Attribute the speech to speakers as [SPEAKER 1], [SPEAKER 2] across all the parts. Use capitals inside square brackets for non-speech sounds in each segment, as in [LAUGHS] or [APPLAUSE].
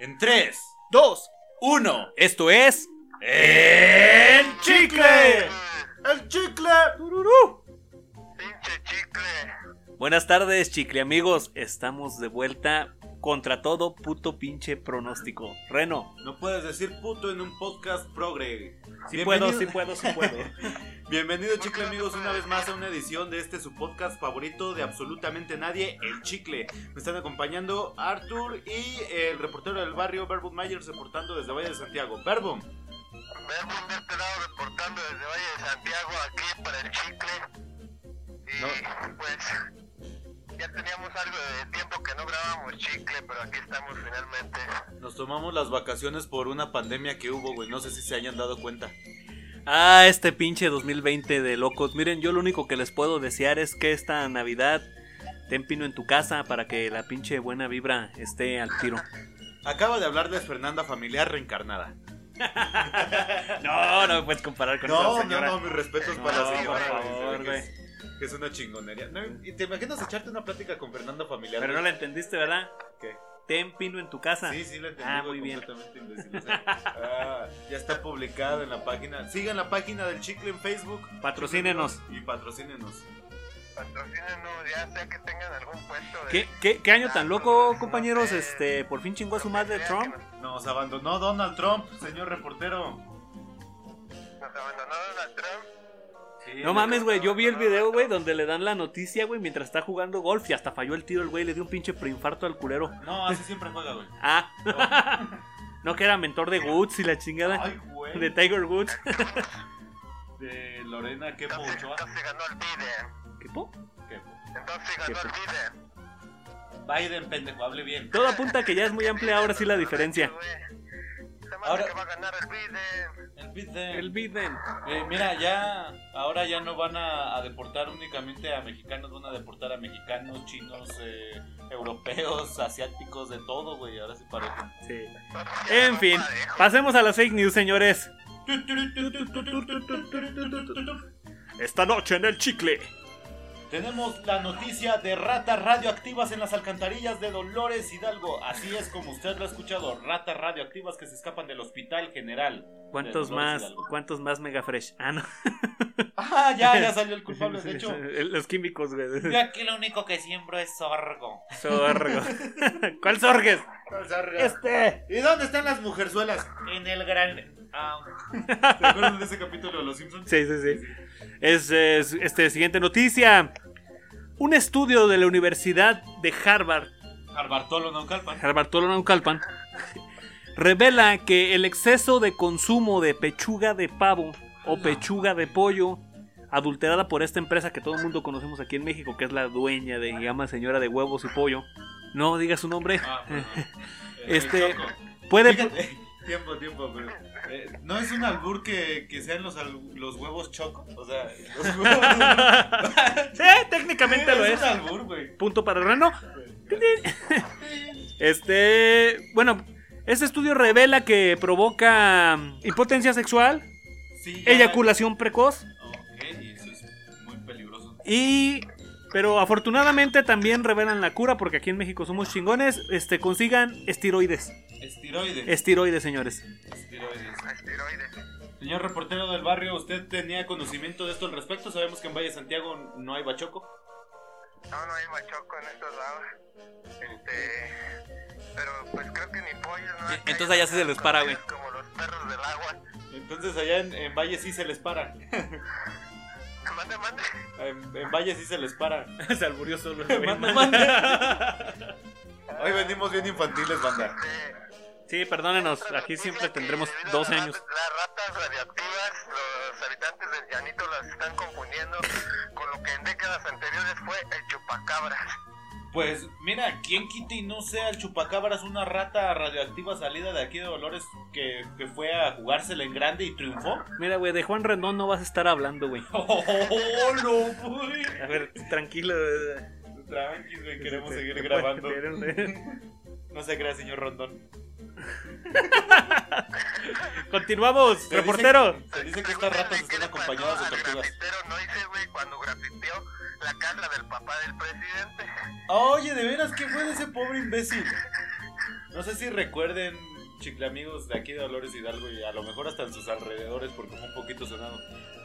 [SPEAKER 1] En 3,
[SPEAKER 2] 2,
[SPEAKER 1] 1. Esto es. ¡En chicle!
[SPEAKER 2] el chicle.
[SPEAKER 3] Pinche chicle.
[SPEAKER 4] Buenas tardes, chicle amigos. Estamos de vuelta contra todo puto pinche pronóstico. Reno,
[SPEAKER 1] No puedes decir puto en un podcast progre.
[SPEAKER 4] si
[SPEAKER 1] Bienvenido-
[SPEAKER 4] puedo, si puedo, si puedo.
[SPEAKER 1] Bienvenido chicle amigos una vez más a una edición de este su podcast favorito de absolutamente nadie, El Chicle. Me están acompañando Arthur y el reportero del barrio Verbum Myers reportando desde Valle de Santiago. Verbum,
[SPEAKER 3] Verbo de este lado reportando desde Valle de Santiago aquí para el chicle. Y pues ya teníamos algo de tiempo que no grabamos chicle, pero aquí estamos finalmente.
[SPEAKER 1] nos tomamos las vacaciones por una pandemia que hubo, güey. No sé si se hayan dado cuenta.
[SPEAKER 4] Ah, este pinche 2020 de locos. Miren, yo lo único que les puedo desear es que esta Navidad ten pino en tu casa para que la pinche buena vibra esté al tiro.
[SPEAKER 1] Acaba de hablarles Fernanda Familiar Reencarnada.
[SPEAKER 4] No, no me puedes comparar con esa
[SPEAKER 1] No, no,
[SPEAKER 4] señora.
[SPEAKER 1] no, mis respetos
[SPEAKER 4] No,
[SPEAKER 1] para la
[SPEAKER 4] por
[SPEAKER 1] señora. güey. Se ve
[SPEAKER 4] favor,
[SPEAKER 1] que
[SPEAKER 4] güey. Ah.
[SPEAKER 1] es- Que es una chingonería. No, ¿y ¿Te imaginas echarte una plática con Fernanda Familiar?
[SPEAKER 4] Pero no
[SPEAKER 1] güey?
[SPEAKER 4] la entendiste, ¿verdad?
[SPEAKER 1] ¿Qué?
[SPEAKER 4] Ten pino en tu casa.
[SPEAKER 1] Sí, sí, la entendí.
[SPEAKER 4] Ah,
[SPEAKER 1] güey,
[SPEAKER 4] muy bien.
[SPEAKER 1] Completamente imbécil. o sea, ah, ya está publicado en la página. Sigan la página del Chicle en Facebook.
[SPEAKER 4] Patrocínenos.
[SPEAKER 1] Y patrocínenos.
[SPEAKER 3] Patrocínenos, ya sea que tengan algún puesto de.
[SPEAKER 4] ¿Qué, qué, qué año tan loco, compañeros? Este, por fin chingó a su madre Trump.
[SPEAKER 1] Nos abandonó Donald Trump, señor reportero.
[SPEAKER 3] Nos abandonó Donald Trump.
[SPEAKER 4] No mames, güey, yo vi el video, güey, donde le dan la noticia, güey, mientras está jugando golf y hasta falló el tiro el güey, le dio un pinche preinfarto al culero.
[SPEAKER 1] No, así siempre juega,
[SPEAKER 4] [LAUGHS]
[SPEAKER 1] güey.
[SPEAKER 4] Ah, no que era mentor de Woods y la chingada
[SPEAKER 1] Ay, güey.
[SPEAKER 4] de Tiger Woods.
[SPEAKER 1] De Lorena Kepo
[SPEAKER 3] Entonces,
[SPEAKER 4] ¿eh?
[SPEAKER 1] Ochoa.
[SPEAKER 3] entonces ganó el Biden.
[SPEAKER 4] [LAUGHS] ¿Qué po?
[SPEAKER 1] Kepo.
[SPEAKER 3] Entonces ganó el Biden.
[SPEAKER 1] Biden, pendejo, hable bien.
[SPEAKER 4] Todo apunta a que ya es muy amplia ahora sí la diferencia.
[SPEAKER 3] Güey, Se me
[SPEAKER 1] Ahora-
[SPEAKER 3] hace que va a ganar el Biden.
[SPEAKER 1] El Biden.
[SPEAKER 4] [LAUGHS] El Biden.
[SPEAKER 1] Eh, mira, ya ahora ya no van a, a deportar únicamente a mexicanos, van a deportar a mexicanos, chinos, eh, europeos, asiáticos, de todo, güey. Ahora sí parejo.
[SPEAKER 4] Sí.
[SPEAKER 3] Entonces, ya
[SPEAKER 4] En
[SPEAKER 3] no
[SPEAKER 4] fin,
[SPEAKER 3] parejo.
[SPEAKER 4] pasemos a las fake news, señores. Esta noche en el chicle.
[SPEAKER 1] Tenemos la noticia de ratas radioactivas en las alcantarillas de Dolores Hidalgo. Así es como usted lo ha escuchado, ratas radioactivas que se escapan del hospital general.
[SPEAKER 4] ¿Cuántos
[SPEAKER 1] De Dolores
[SPEAKER 4] más?
[SPEAKER 1] Hidalgo.
[SPEAKER 4] ¿Cuántos más Mega Fresh? Ah, no.
[SPEAKER 1] Ah, ya, ya salió el culpable. De hecho,
[SPEAKER 4] [LAUGHS] Los químicos, güey.
[SPEAKER 1] yo aquí lo único que siembro es sorgo.
[SPEAKER 4] Sorgo. [LAUGHS] ¿Cuál sorgues? Este.
[SPEAKER 1] ¿Y dónde están las mujerzuelas? En el gran. ah, ¿Te acuerdas de ese capítulo de Los Simpsons?
[SPEAKER 4] Sí, sí, sí. Es, es- este, siguiente noticia. Un estudio de la Universidad de Harvard,
[SPEAKER 1] Arbartolo Naucalpan.
[SPEAKER 4] Harvard Tolón Calpan, revela que el exceso de consumo de pechuga de pavo o pechuga de pollo, adulterada por esta empresa que todo el mundo conocemos aquí en México, que es la dueña de llama señora de huevos y pollo. No diga su nombre.
[SPEAKER 1] Ah, perdón. Eh,
[SPEAKER 4] [LAUGHS] Este,
[SPEAKER 1] el Choco.
[SPEAKER 4] Puede.
[SPEAKER 1] Fíjate, tiempo, tiempo, pero. eh, ¿No es un albur que, que sean los, al- los huevos choco? O sea,
[SPEAKER 4] [LAUGHS]
[SPEAKER 1] los huevos.
[SPEAKER 4] [LAUGHS] Sí, técnicamente lo es.
[SPEAKER 1] un albur, güey.
[SPEAKER 4] Punto para Reno. [LAUGHS] Este, bueno, este estudio revela que provoca mm, impotencia sexual,
[SPEAKER 1] Sí, ya-
[SPEAKER 4] eyaculación precoz
[SPEAKER 1] Ok, eso es muy peligroso.
[SPEAKER 4] y pero afortunadamente también revelan la cura porque aquí en México somos chingones, este consigan esteroides.
[SPEAKER 1] Estiroides. [LAUGHS]
[SPEAKER 4] Esteroides, señores.
[SPEAKER 1] Estiroides.
[SPEAKER 3] Esteroides.
[SPEAKER 1] Señor reportero del barrio, ¿usted tenía conocimiento de esto al respecto? Sabemos que en Valle de Santiago no hay bachoco.
[SPEAKER 3] No, no hay machoco en estos lados. Este. Pero pues creo que ni pollos, ¿no?
[SPEAKER 4] Eh, entonces allá sí se les para, güey.
[SPEAKER 3] Como los perros del agua. [LAUGHS]
[SPEAKER 1] Entonces allá en, en Valle sí se les para.
[SPEAKER 3] Mande, mande.
[SPEAKER 1] En, en Valle sí [LAUGHS] se les para.
[SPEAKER 4] Se alburió solo.
[SPEAKER 1] Manda, Hoy venimos bien infantiles, banda.
[SPEAKER 3] Eh,
[SPEAKER 4] Sí, perdónenos,
[SPEAKER 3] otra
[SPEAKER 4] aquí
[SPEAKER 3] noticia
[SPEAKER 4] siempre
[SPEAKER 3] que
[SPEAKER 4] tendremos
[SPEAKER 3] debido a
[SPEAKER 4] 12
[SPEAKER 3] las
[SPEAKER 4] años.
[SPEAKER 3] rat- Las ratas radioactivas, los habitantes del llanito las están confundiendo con lo que en décadas anteriores fue el chupacabras.
[SPEAKER 1] Pues mira, ¿quién quita y no sea el chupacabras una rata radioactiva salida de aquí de Dolores que, que fue a jugársela en grande y triunfó?
[SPEAKER 4] Mira, güey, de Juan Rendón no vas a estar hablando, güey.
[SPEAKER 1] [LAUGHS] ¡Oh, no, güey!
[SPEAKER 4] A ver, tranquilo.
[SPEAKER 1] Tranqui, güey, queremos
[SPEAKER 4] Te-
[SPEAKER 1] seguir
[SPEAKER 4] te
[SPEAKER 1] grabando.
[SPEAKER 4] puedes-
[SPEAKER 1] No se crea, señor Rondón.
[SPEAKER 4] [LAUGHS] Continuamos,
[SPEAKER 1] Se
[SPEAKER 4] reportero.
[SPEAKER 1] dicen- Se dicen que estas ratas están acompañadas de tortugas.
[SPEAKER 3] Pero no hice, güey, cuando grafiteó la casa del papá del presidente.
[SPEAKER 1] Oye, de veras, ¿qué fue de ese pobre imbécil? No sé si recuerden, chicle amigos de aquí de Dolores Hidalgo y a lo mejor hasta en sus alrededores, porque fue un poquito sonado.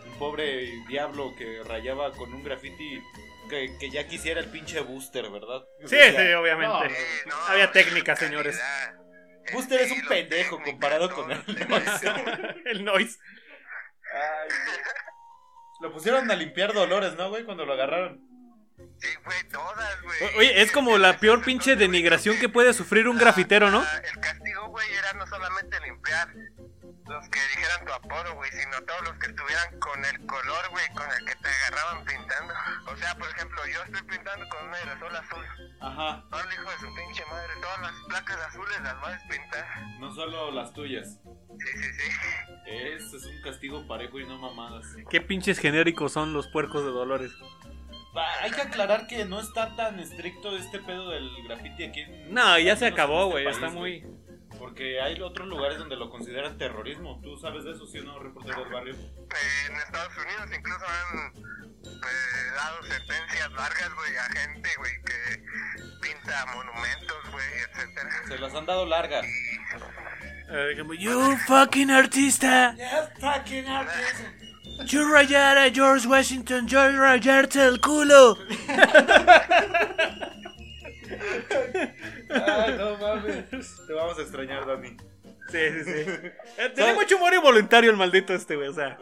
[SPEAKER 1] Un pobre diablo que rayaba con un graffiti que, que ya quisiera el pinche booster, ¿verdad?
[SPEAKER 4] Sí,
[SPEAKER 1] Decía,
[SPEAKER 4] sí, obviamente.
[SPEAKER 1] "No,
[SPEAKER 3] Sí, Eh, no,
[SPEAKER 4] Había técnica, señores.
[SPEAKER 3] calidad, Este,
[SPEAKER 1] Buster es un
[SPEAKER 3] estilo,
[SPEAKER 1] pendejo
[SPEAKER 3] técnica,
[SPEAKER 1] comparado
[SPEAKER 3] todo,
[SPEAKER 1] con el
[SPEAKER 3] sí.
[SPEAKER 1] Noise.
[SPEAKER 4] El noise.
[SPEAKER 1] Ay, güey. Lo pusieron a limpiar dolores, ¿no, güey? Cuando lo agarraron.
[SPEAKER 3] Sí, güey, todas, güey.
[SPEAKER 4] O- Oye, es como la peor pinche denigración que puede sufrir un grafitero, ¿no?
[SPEAKER 3] Ah, El castigo, güey, era no solamente limpiar los que dijeran tu apodo, güey, sino todos los que estuvieran con el color, güey, con el que te agarraban pintando. O sea, por ejemplo, yo estoy pintando con un aerosol azul.
[SPEAKER 1] Ajá,
[SPEAKER 3] Todo el hijo de su pinche madre, todas las placas azules las vas a pintar.
[SPEAKER 1] no solo las tuyas.
[SPEAKER 3] Sí, sí, sí.
[SPEAKER 1] Ese es un castigo parejo y no mamadas.
[SPEAKER 4] Qué pinches genéricos son los puercos de Dolores.
[SPEAKER 1] Va, Hay que aclarar que no está tan estricto este pedo del graffiti aquí. en-
[SPEAKER 4] No, ya
[SPEAKER 1] al menos
[SPEAKER 4] se
[SPEAKER 1] en
[SPEAKER 4] acabó,
[SPEAKER 1] este
[SPEAKER 4] güey.
[SPEAKER 1] país,
[SPEAKER 4] Está
[SPEAKER 1] güey.
[SPEAKER 4] muy.
[SPEAKER 1] Porque hay otros lugares donde lo consideran terrorismo. ¿Tú sabes de eso, sí o no, reportero del barrio?
[SPEAKER 3] Eh, en Estados Unidos incluso han pues, dado sentencias largas, güey, a gente, güey, que pinta monumentos, güey, etcétera.
[SPEAKER 1] Se las han dado largas.
[SPEAKER 4] Eh, como, You fucking artista. You rayar a George Washington. Yo rayarte el culo.
[SPEAKER 1] Ay, no mames. Te vamos a extrañar, Dani.
[SPEAKER 4] Sí, sí, [LAUGHS] sí. Eh, Tiene mucho humor involuntario el maldito este, güey. O sea.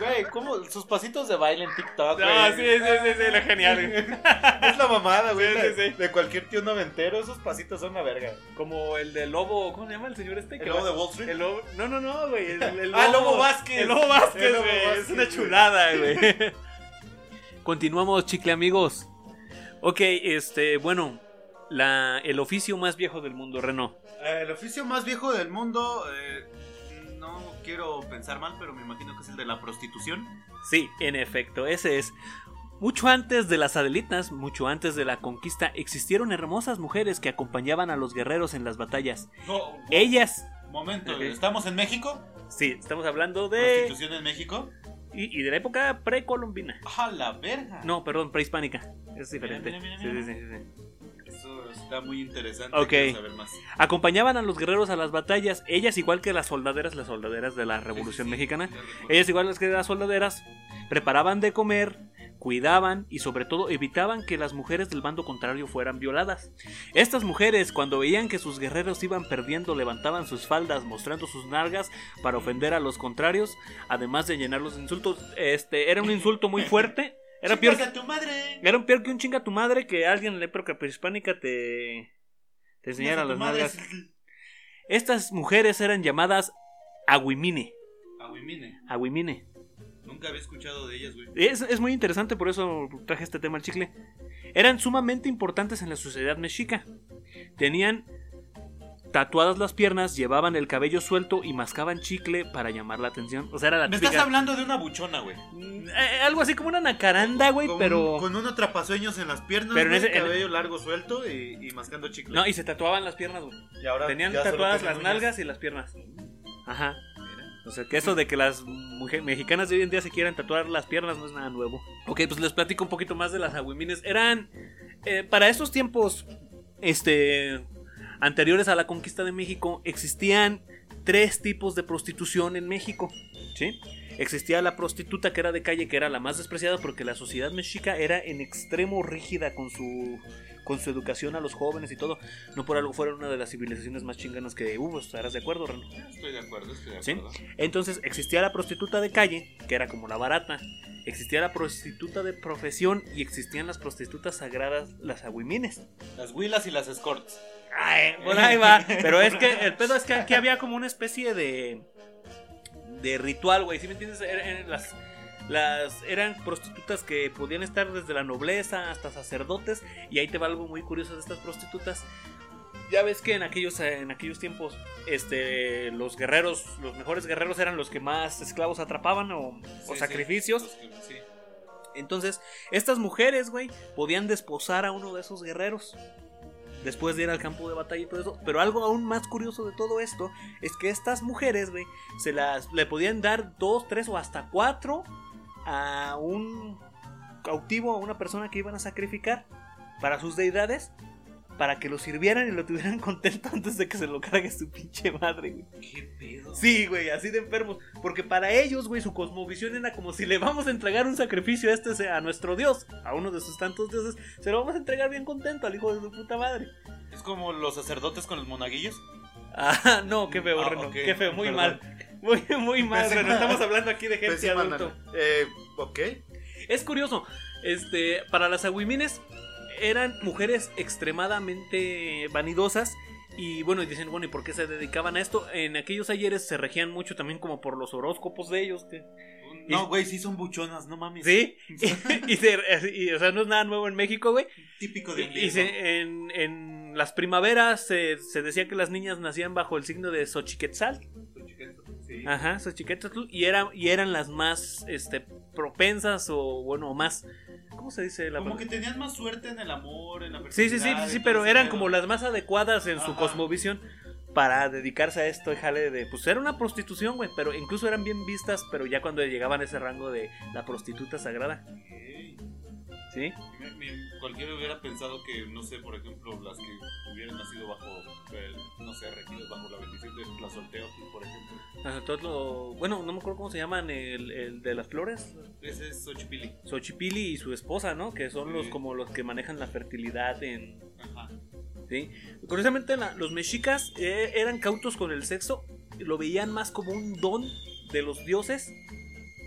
[SPEAKER 1] Güey, ¿cómo? Sus pasitos de baile en TikTok, güey.
[SPEAKER 4] No, sí, sí, sí, sí, lo genial. güey.
[SPEAKER 1] [LAUGHS] Es la mamada, güey.
[SPEAKER 4] Sí, sí, sí.
[SPEAKER 1] De cualquier tío noventero, esos pasitos son la verga.
[SPEAKER 4] Como el de Lobo, ¿cómo se llama el señor este?
[SPEAKER 1] ¿El
[SPEAKER 4] Que
[SPEAKER 1] lobo
[SPEAKER 4] va-
[SPEAKER 1] de Wall Street?
[SPEAKER 4] el lobo- No, no, no, güey. El,
[SPEAKER 1] [LAUGHS]
[SPEAKER 4] el
[SPEAKER 1] Ah, Lobo Vázquez.
[SPEAKER 4] El Lobo Vázquez,
[SPEAKER 1] El Lobo
[SPEAKER 4] güey. Es
[SPEAKER 1] Vázquez,
[SPEAKER 4] una
[SPEAKER 1] güey. [LAUGHS]
[SPEAKER 4] chulada, güey. Continuamos, chicle amigos. Ok, este, bueno. La, el oficio más viejo del mundo, Renault.
[SPEAKER 1] Eh, el oficio más viejo del mundo, eh, no quiero pensar mal, pero me imagino que es el de la prostitución.
[SPEAKER 4] Sí, en efecto, ese es. Mucho antes de las Adelitas, mucho antes de la conquista, existieron hermosas mujeres que acompañaban a los guerreros en las batallas.
[SPEAKER 1] No,
[SPEAKER 4] Ellas,
[SPEAKER 1] momento,
[SPEAKER 4] Ujú.
[SPEAKER 1] ¿estamos en México?
[SPEAKER 4] sí, estamos hablando de.
[SPEAKER 1] ¿Prostitución en México?
[SPEAKER 4] Y, y de la época precolombina.
[SPEAKER 1] ¡A la verga!
[SPEAKER 4] No, perdón, prehispánica. Es
[SPEAKER 1] Mira,
[SPEAKER 4] diferente.
[SPEAKER 1] mira, mira,
[SPEAKER 4] Sí,
[SPEAKER 1] mira.
[SPEAKER 4] sí, sí, sí, sí.
[SPEAKER 1] Eso está muy interesante.
[SPEAKER 4] Ok.
[SPEAKER 1] quiero saber más.
[SPEAKER 4] Acompañaban a los guerreros a las batallas. Ellas, igual que las soldaderas, las soldaderas de la Revolución
[SPEAKER 1] Sí, sí, sí,
[SPEAKER 4] Mexicana,
[SPEAKER 1] ya recuerdo.
[SPEAKER 4] ellas, igual que las soldaderas, preparaban de comer, cuidaban y, sobre todo, evitaban que las mujeres del bando contrario fueran violadas. Estas mujeres, cuando veían que sus guerreros iban perdiendo, levantaban sus faldas, mostrando sus nalgas para ofender a los contrarios, además de llenar los insultos. Este era un insulto muy fuerte. Era peor,
[SPEAKER 1] ¡Chicas a tu madre!
[SPEAKER 4] Era un peor que un chinga tu madre que alguien en la época prehispánica te, te enseñara
[SPEAKER 1] Chingas a
[SPEAKER 4] las
[SPEAKER 1] tu madre.
[SPEAKER 4] nalgas. Estas mujeres eran llamadas aguimine.
[SPEAKER 1] Aguimine.
[SPEAKER 4] Aguimine.
[SPEAKER 1] Nunca había escuchado de ellas, güey.
[SPEAKER 4] Es, es muy interesante, por eso traje este tema al chicle. Eran sumamente importantes en la sociedad mexica. Tenían tatuadas las piernas, llevaban el cabello suelto y mascaban chicle para llamar la atención. O sea, era la
[SPEAKER 1] Me
[SPEAKER 4] típica-
[SPEAKER 1] estás hablando de una buchona, güey.
[SPEAKER 4] Eh, algo así como una nacaranda, güey,
[SPEAKER 1] Con-
[SPEAKER 4] pero...
[SPEAKER 1] Con unos trapasueños en las piernas,
[SPEAKER 4] Pero en
[SPEAKER 1] güey,
[SPEAKER 4] ese- en-
[SPEAKER 1] cabello largo suelto y, y mascando chicle.
[SPEAKER 4] No, y se tatuaban las piernas, güey.
[SPEAKER 1] Y ahora
[SPEAKER 4] Tenían
[SPEAKER 1] ya solo
[SPEAKER 4] tatuadas
[SPEAKER 1] tienen
[SPEAKER 4] las
[SPEAKER 1] uñas.
[SPEAKER 4] nalgas y las piernas. Ajá. O sea, que eso de que las mujer- mexicanas de hoy en día se quieran tatuar las piernas no es nada nuevo. Ok, pues les platico un poquito más de las aguimines. Eran, eh, para esos tiempos, este, anteriores a la conquista de México, existían tres tipos de prostitución en México. ¿Sí? Existía la prostituta que era de calle, que era la más despreciada porque la sociedad mexica era en extremo rígida con su, con su educación a los jóvenes y todo. No por algo fueron una de las civilizaciones más chinganas que hubo, estarás de acuerdo, Reno?
[SPEAKER 1] Estoy de acuerdo, estoy de
[SPEAKER 4] ¿Sí?
[SPEAKER 1] acuerdo.
[SPEAKER 4] Entonces existía la prostituta de calle, que era como la barata. Existía la prostituta de profesión y existían las prostitutas sagradas, las aguimines.
[SPEAKER 1] Las huilas y las escorts.
[SPEAKER 4] Ay, por ahí va. Pero es que el pedo es que aquí había como una especie de. de ritual, güey. ¿Sí me entiendes? Era- eran las. Las eran prostitutas que podían estar desde la nobleza hasta sacerdotes. Y ahí te va algo muy curioso de estas prostitutas. Ya ves que en aquellos, en aquellos tiempos, este, los guerreros, los mejores guerreros eran los que más esclavos atrapaban o, o sacrificios.
[SPEAKER 1] Sí.
[SPEAKER 4] Entonces, estas mujeres, güey, podían desposar a uno de esos guerreros. Después de ir al campo de batalla y todo eso. Pero algo aún más curioso de todo esto es que estas mujeres, güey, se las le podían dar dos, tres o hasta cuatro a un cautivo, a una persona que iban a sacrificar para sus deidades. para que lo sirvieran y lo tuvieran [LAUGHS] contento antes de que se lo cargue su pinche madre, güey.
[SPEAKER 1] ¿Qué pedo?
[SPEAKER 4] Sí, güey, así de enfermos. Porque para ellos, güey, su cosmovisión era como si le vamos a entregar un sacrificio a este se- a nuestro dios, a uno de sus tantos dioses, se lo vamos a entregar bien contento al hijo de su puta madre.
[SPEAKER 1] Es como los sacerdotes con los monaguillos.
[SPEAKER 4] Ah, no, qué feo,
[SPEAKER 1] Ah,
[SPEAKER 4] Reno,
[SPEAKER 1] ok,
[SPEAKER 4] qué feo, muy
[SPEAKER 1] perdón. Pues
[SPEAKER 4] mal. Muy, muy mal,
[SPEAKER 1] Pésima-
[SPEAKER 4] Reno, estamos hablando aquí de gente
[SPEAKER 1] Pésima
[SPEAKER 4] adulto.
[SPEAKER 1] nana. Eh, ok.
[SPEAKER 4] Es curioso, este, para las aguimines eran mujeres extremadamente vanidosas y bueno, y dicen, bueno, ¿y por qué se dedicaban a esto? En aquellos ayeres se regían mucho también como por los horóscopos de ellos. que-
[SPEAKER 1] No, güey, sí son buchonas, no mames.
[SPEAKER 4] ¿Sí? [LAUGHS] y, se- y, o sea, no es nada nuevo en México, güey.
[SPEAKER 1] Típico de
[SPEAKER 4] Y, y
[SPEAKER 1] invierno.
[SPEAKER 4] se- en, en las primaveras se, se decía que las niñas nacían bajo el signo de Xochiquetzal.
[SPEAKER 1] Sí.
[SPEAKER 4] Ajá, Xochiquetzatl. Y, era, y eran las más este, propensas o, bueno, más. ¿Cómo se dice la
[SPEAKER 1] Como
[SPEAKER 4] palabra?
[SPEAKER 1] que tenían más suerte en el amor, en la
[SPEAKER 4] Sí, sí, sí,
[SPEAKER 1] fertilidad,
[SPEAKER 4] sí, sí,
[SPEAKER 1] en todo
[SPEAKER 4] pero
[SPEAKER 1] ese
[SPEAKER 4] eran
[SPEAKER 1] pedo.
[SPEAKER 4] como las más adecuadas en su
[SPEAKER 1] Ajá.
[SPEAKER 4] cosmovisión para dedicarse a esto y jale de. Pues era una prostitución, güey, pero incluso eran bien vistas, pero ya cuando llegaban a ese rango de la prostituta sagrada,
[SPEAKER 1] Ey,
[SPEAKER 4] ¿sí?
[SPEAKER 1] me- me- cualquiera hubiera pensado que, no sé, por ejemplo, las que hubieran nacido bajo, eh, no sé, regidas bajo la bendición de Tlazolteotl, por ejemplo.
[SPEAKER 4] Ajá, todo lo- bueno, no me acuerdo cómo se llaman, el, el de las flores,
[SPEAKER 1] Ese es Xochipilli.
[SPEAKER 4] Xochipili y su esposa, ¿no? Que son los
[SPEAKER 1] Sí.
[SPEAKER 4] como los que manejan la fertilidad en,
[SPEAKER 1] Ajá.
[SPEAKER 4] ¿sí? Curiosamente, la- los mexicas eh, eran cautos con el sexo, lo veían más como un don de los dioses,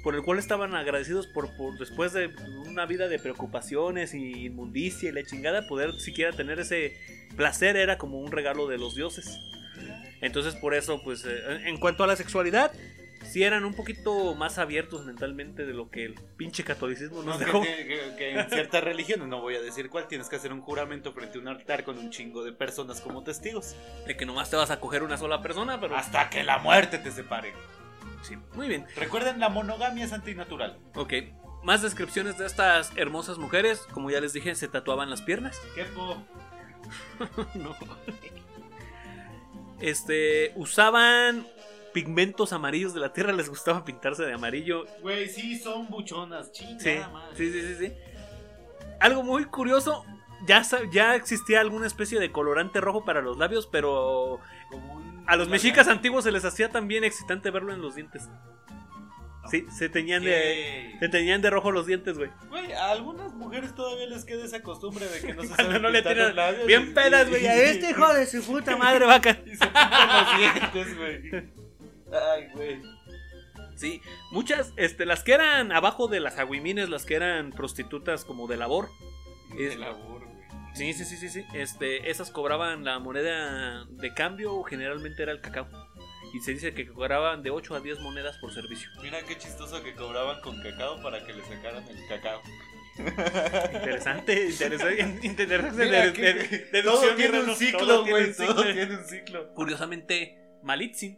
[SPEAKER 4] por el cual estaban agradecidos por, por después de una vida de preocupaciones y inmundicia y la chingada, poder siquiera tener ese placer era como un regalo de los dioses. Entonces, por eso, pues, eh, en- en cuanto a la sexualidad. Si eran un poquito más abiertos mentalmente de lo que el pinche catolicismo
[SPEAKER 1] No,
[SPEAKER 4] nos
[SPEAKER 1] que,
[SPEAKER 4] dejó.
[SPEAKER 1] que- que- que en ciertas religiones, no voy a decir cuál, tienes que hacer un juramento frente a un altar con un chingo de personas como testigos.
[SPEAKER 4] De que nomás te vas a coger una sola persona, pero.
[SPEAKER 1] Hasta que la muerte te separe.
[SPEAKER 4] Ah, Sí, muy bien.
[SPEAKER 1] Recuerden, la monogamia es antinatural.
[SPEAKER 4] Ok. Más descripciones de estas hermosas mujeres. Como ya les dije, se tatuaban las piernas.
[SPEAKER 1] ¿Qué po?
[SPEAKER 4] no. Este. Usaban pigmentos amarillos de la tierra. Les gustaba pintarse de amarillo.
[SPEAKER 1] Güey, sí son buchonas, chingada
[SPEAKER 4] Sí.
[SPEAKER 1] madre.
[SPEAKER 4] Sí, sí, sí, sí. Algo muy curioso. Ya, sa- ya existía alguna especie de colorante rojo para los labios, pero
[SPEAKER 1] Como un-
[SPEAKER 4] a los mexicas antiguos se les hacía también excitante verlo en los dientes. Sí, se teñían de,
[SPEAKER 1] Yay.
[SPEAKER 4] se teñían de rojo los dientes, güey.
[SPEAKER 1] Güey, a algunas mujeres todavía les queda esa costumbre de que no se
[SPEAKER 4] [LAUGHS] Cuando
[SPEAKER 1] saben
[SPEAKER 4] no le
[SPEAKER 1] pintar
[SPEAKER 4] tiran-
[SPEAKER 1] los labios
[SPEAKER 4] Bien
[SPEAKER 1] y- [LAUGHS]
[SPEAKER 4] pedas,
[SPEAKER 1] y-
[SPEAKER 4] güey. A este hijo de su puta madre vaca.
[SPEAKER 1] Y se pintan los dientes, güey. Ay, güey.
[SPEAKER 4] Sí, muchas, este, las que eran abajo de las aguimines, las que eran prostitutas como de labor. Es-
[SPEAKER 1] El labor, güey.
[SPEAKER 4] Sí, sí, sí, sí, sí. Este, esas cobraban la moneda de cambio, generalmente era el cacao. Y se dice que cobraban de 8 a 10 monedas por servicio.
[SPEAKER 1] Mira qué chistoso que cobraban con cacao para que le sacaran el cacao.
[SPEAKER 4] Interesante, [LAUGHS] interesante, interesante.
[SPEAKER 1] Mira,
[SPEAKER 4] de-
[SPEAKER 1] que-
[SPEAKER 4] de- deducción,
[SPEAKER 1] todo
[SPEAKER 4] mi
[SPEAKER 1] tiene
[SPEAKER 4] reno,
[SPEAKER 1] un ciclo,
[SPEAKER 4] todo tiene
[SPEAKER 1] güey.
[SPEAKER 4] un
[SPEAKER 1] Todo
[SPEAKER 4] ciclo.
[SPEAKER 1] tiene un ciclo.
[SPEAKER 4] Curiosamente, Malitzin.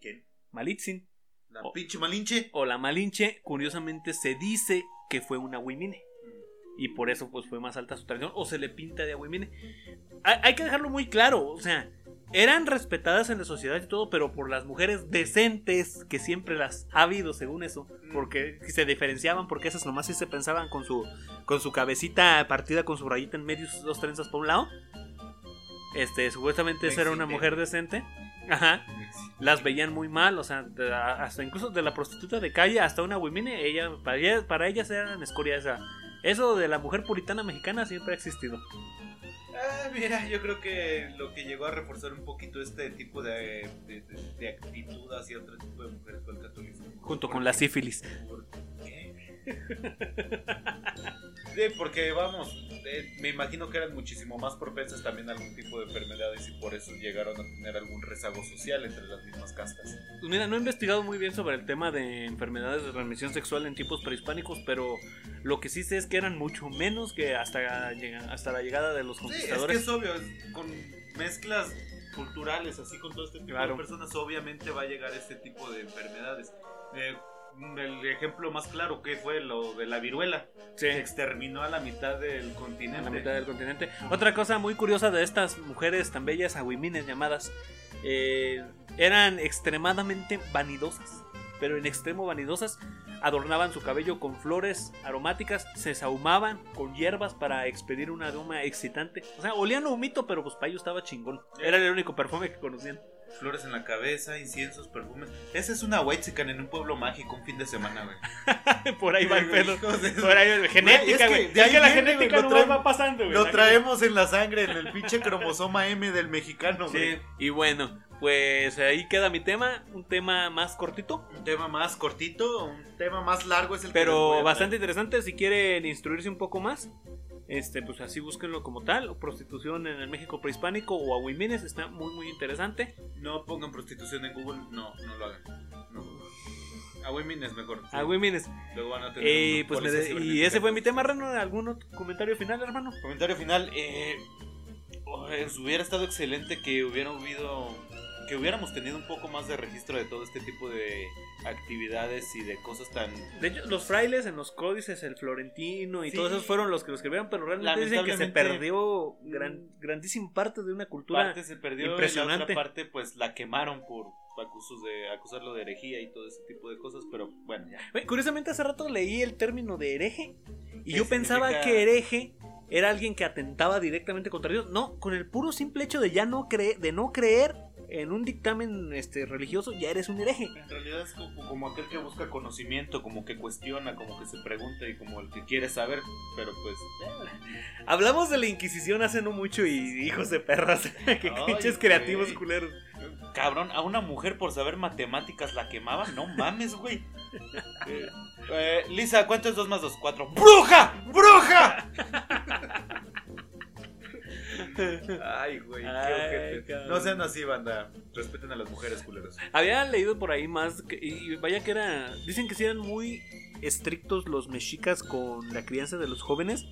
[SPEAKER 1] ¿Quién?
[SPEAKER 4] Malitzin.
[SPEAKER 1] La
[SPEAKER 4] Oh.
[SPEAKER 1] pinche malinche.
[SPEAKER 4] o la Malinche, curiosamente se dice que fue una Huimine. Y por eso pues fue más alta su tradición. O se le pinta de Huimine. Ha- Hay que dejarlo muy claro. O sea, eran respetadas en la sociedad y todo, pero por las mujeres decentes, que siempre las ha habido según eso. Porque se diferenciaban, porque esas nomás sí se pensaban con su, con su cabecita partida, con su rayita en medio y sus dos trenzas por un lado. Este, supuestamente
[SPEAKER 1] Me
[SPEAKER 4] esa era una
[SPEAKER 1] excité.
[SPEAKER 4] mujer decente. Ajá las veían muy mal, o sea, de- a- hasta incluso de la prostituta de calle hasta una women, ella para, ella- para ellas eran escoria esa. Eso de la mujer puritana mexicana siempre ha existido.
[SPEAKER 1] Ah, mira, yo creo que lo que llegó a reforzar un poquito este tipo de, de- de- de actitud hacia otro tipo de mujeres con el catolicismo.
[SPEAKER 4] Junto con la sífilis.
[SPEAKER 1] ¿Por qué? Sí, porque vamos, eh, me imagino que eran muchísimo más propensas también a algún tipo de enfermedades y por eso llegaron a tener algún rezago social entre las mismas castas.
[SPEAKER 4] Pues Mira, no he investigado muy bien sobre el tema de enfermedades de transmisión sexual en tipos prehispánicos, pero lo que sí sé es que eran mucho menos que hasta, llega- hasta la llegada de los
[SPEAKER 1] Sí, es que
[SPEAKER 4] conquistadores.
[SPEAKER 1] es obvio, es- con mezclas culturales, así con todo este tipo
[SPEAKER 4] Claro.
[SPEAKER 1] de personas, obviamente va a llegar este tipo de enfermedades. Eh, el ejemplo más claro que fue lo de la viruela, que
[SPEAKER 4] Sí.
[SPEAKER 1] exterminó a la mitad del continente.
[SPEAKER 4] en la mitad del continente. Otra cosa muy curiosa de estas mujeres tan bellas, aguimines llamadas, eh, eran extremadamente vanidosas. pero en extremo vanidosas, adornaban su cabello con flores aromáticas, se sahumaban con hierbas para expedir un aroma excitante. O sea, olían a humito, pero pues para ellos estaba chingón. Era el único perfume que conocían. [LAUGHS]
[SPEAKER 1] Flores en la cabeza, inciensos, perfumes. Esa es una huaychican en un pueblo mágico un fin de semana, güey.
[SPEAKER 4] Por ahí va el pedo.
[SPEAKER 1] Hijos de su-
[SPEAKER 4] Por ahí va el-
[SPEAKER 1] Güey,
[SPEAKER 4] genética, güey.
[SPEAKER 1] es que
[SPEAKER 4] Es
[SPEAKER 1] de ahí
[SPEAKER 4] que la
[SPEAKER 1] viene, güey,
[SPEAKER 4] genética
[SPEAKER 1] lo
[SPEAKER 4] no
[SPEAKER 1] traen-
[SPEAKER 4] va pasando, [LAUGHS] güey.
[SPEAKER 1] Lo
[SPEAKER 4] La
[SPEAKER 1] traemos en la sangre, en el pinche cromosoma M del mexicano,
[SPEAKER 4] Sí,
[SPEAKER 1] güey.
[SPEAKER 4] y bueno, pues ahí queda mi tema, un tema más cortito,
[SPEAKER 1] Un tema más cortito, un tema más largo es el que les voy a
[SPEAKER 4] pero
[SPEAKER 1] traer.
[SPEAKER 4] bastante interesante si quieren instruirse un poco más. Este, pues así búsquenlo como tal, o prostitución en el México prehispánico o aguimines, está muy muy interesante.
[SPEAKER 1] No pongan prostitución en Google, no, no lo hagan. No. A Women es mejor. sí.
[SPEAKER 4] Aguimines.
[SPEAKER 1] Luego van a tener
[SPEAKER 4] Eh,
[SPEAKER 1] una
[SPEAKER 4] pues me
[SPEAKER 1] policía
[SPEAKER 4] de- y
[SPEAKER 1] cibernética.
[SPEAKER 4] ese fue mi tema, Reno, ¿algún otro comentario final, hermano?
[SPEAKER 1] Comentario final, eh, oh, eh, hubiera estado excelente que hubiera habido, que hubiéramos tenido un poco más de registro de todo este tipo de actividades y de cosas tan
[SPEAKER 4] De hecho, los frailes en los códices, el florentino y
[SPEAKER 1] Sí.
[SPEAKER 4] todos esos fueron los que lo escribieron, pero realmente dicen que se
[SPEAKER 1] Lamentablemente-
[SPEAKER 4] perdió gran, grandísima mm, parte de una cultura.
[SPEAKER 1] parte se perdió
[SPEAKER 4] impresionante.
[SPEAKER 1] y la otra parte pues la quemaron por acusos de acusarlo de herejía y todo ese tipo de cosas, pero bueno, ya.
[SPEAKER 4] Güey, Curiosamente hace rato leí el término de hereje y yo
[SPEAKER 1] significa?
[SPEAKER 4] pensaba que hereje era alguien que atentaba directamente contra Dios. No, con el puro simple hecho de ya no creer, de no creer en un dictamen este religioso, ya eres un hereje.
[SPEAKER 1] En realidad es como, como aquel que busca conocimiento, como que cuestiona, como que se pregunta y como el que quiere saber, pero pues
[SPEAKER 4] Hablamos de la Inquisición hace no mucho y hijos de perras, [LAUGHS] que
[SPEAKER 1] Ay,
[SPEAKER 4] pinches creativos
[SPEAKER 1] güey.
[SPEAKER 4] culeros.
[SPEAKER 1] Cabrón, a una mujer por saber matemáticas la quemaban, no mames, [LAUGHS] güey. Eh, eh, Lisa, ¿cuánto es 2 más 2? 4. ¡Bruja! ¡Bruja! Ay, güey,
[SPEAKER 4] qué ojete.
[SPEAKER 1] No sean así, banda. Respeten a las mujeres, culeros.
[SPEAKER 4] Había leído por ahí más que- y vaya que era, dicen que sí eran muy estrictos los mexicas con la crianza de los jóvenes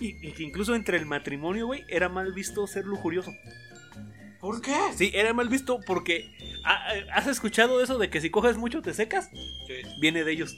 [SPEAKER 4] y, y que incluso entre el matrimonio, güey, era mal visto ser lujurioso.
[SPEAKER 1] ¿Por qué?
[SPEAKER 4] Sí, era mal visto porque ah, ah, ¿has escuchado eso de que si coges mucho te secas? Viene de ellos.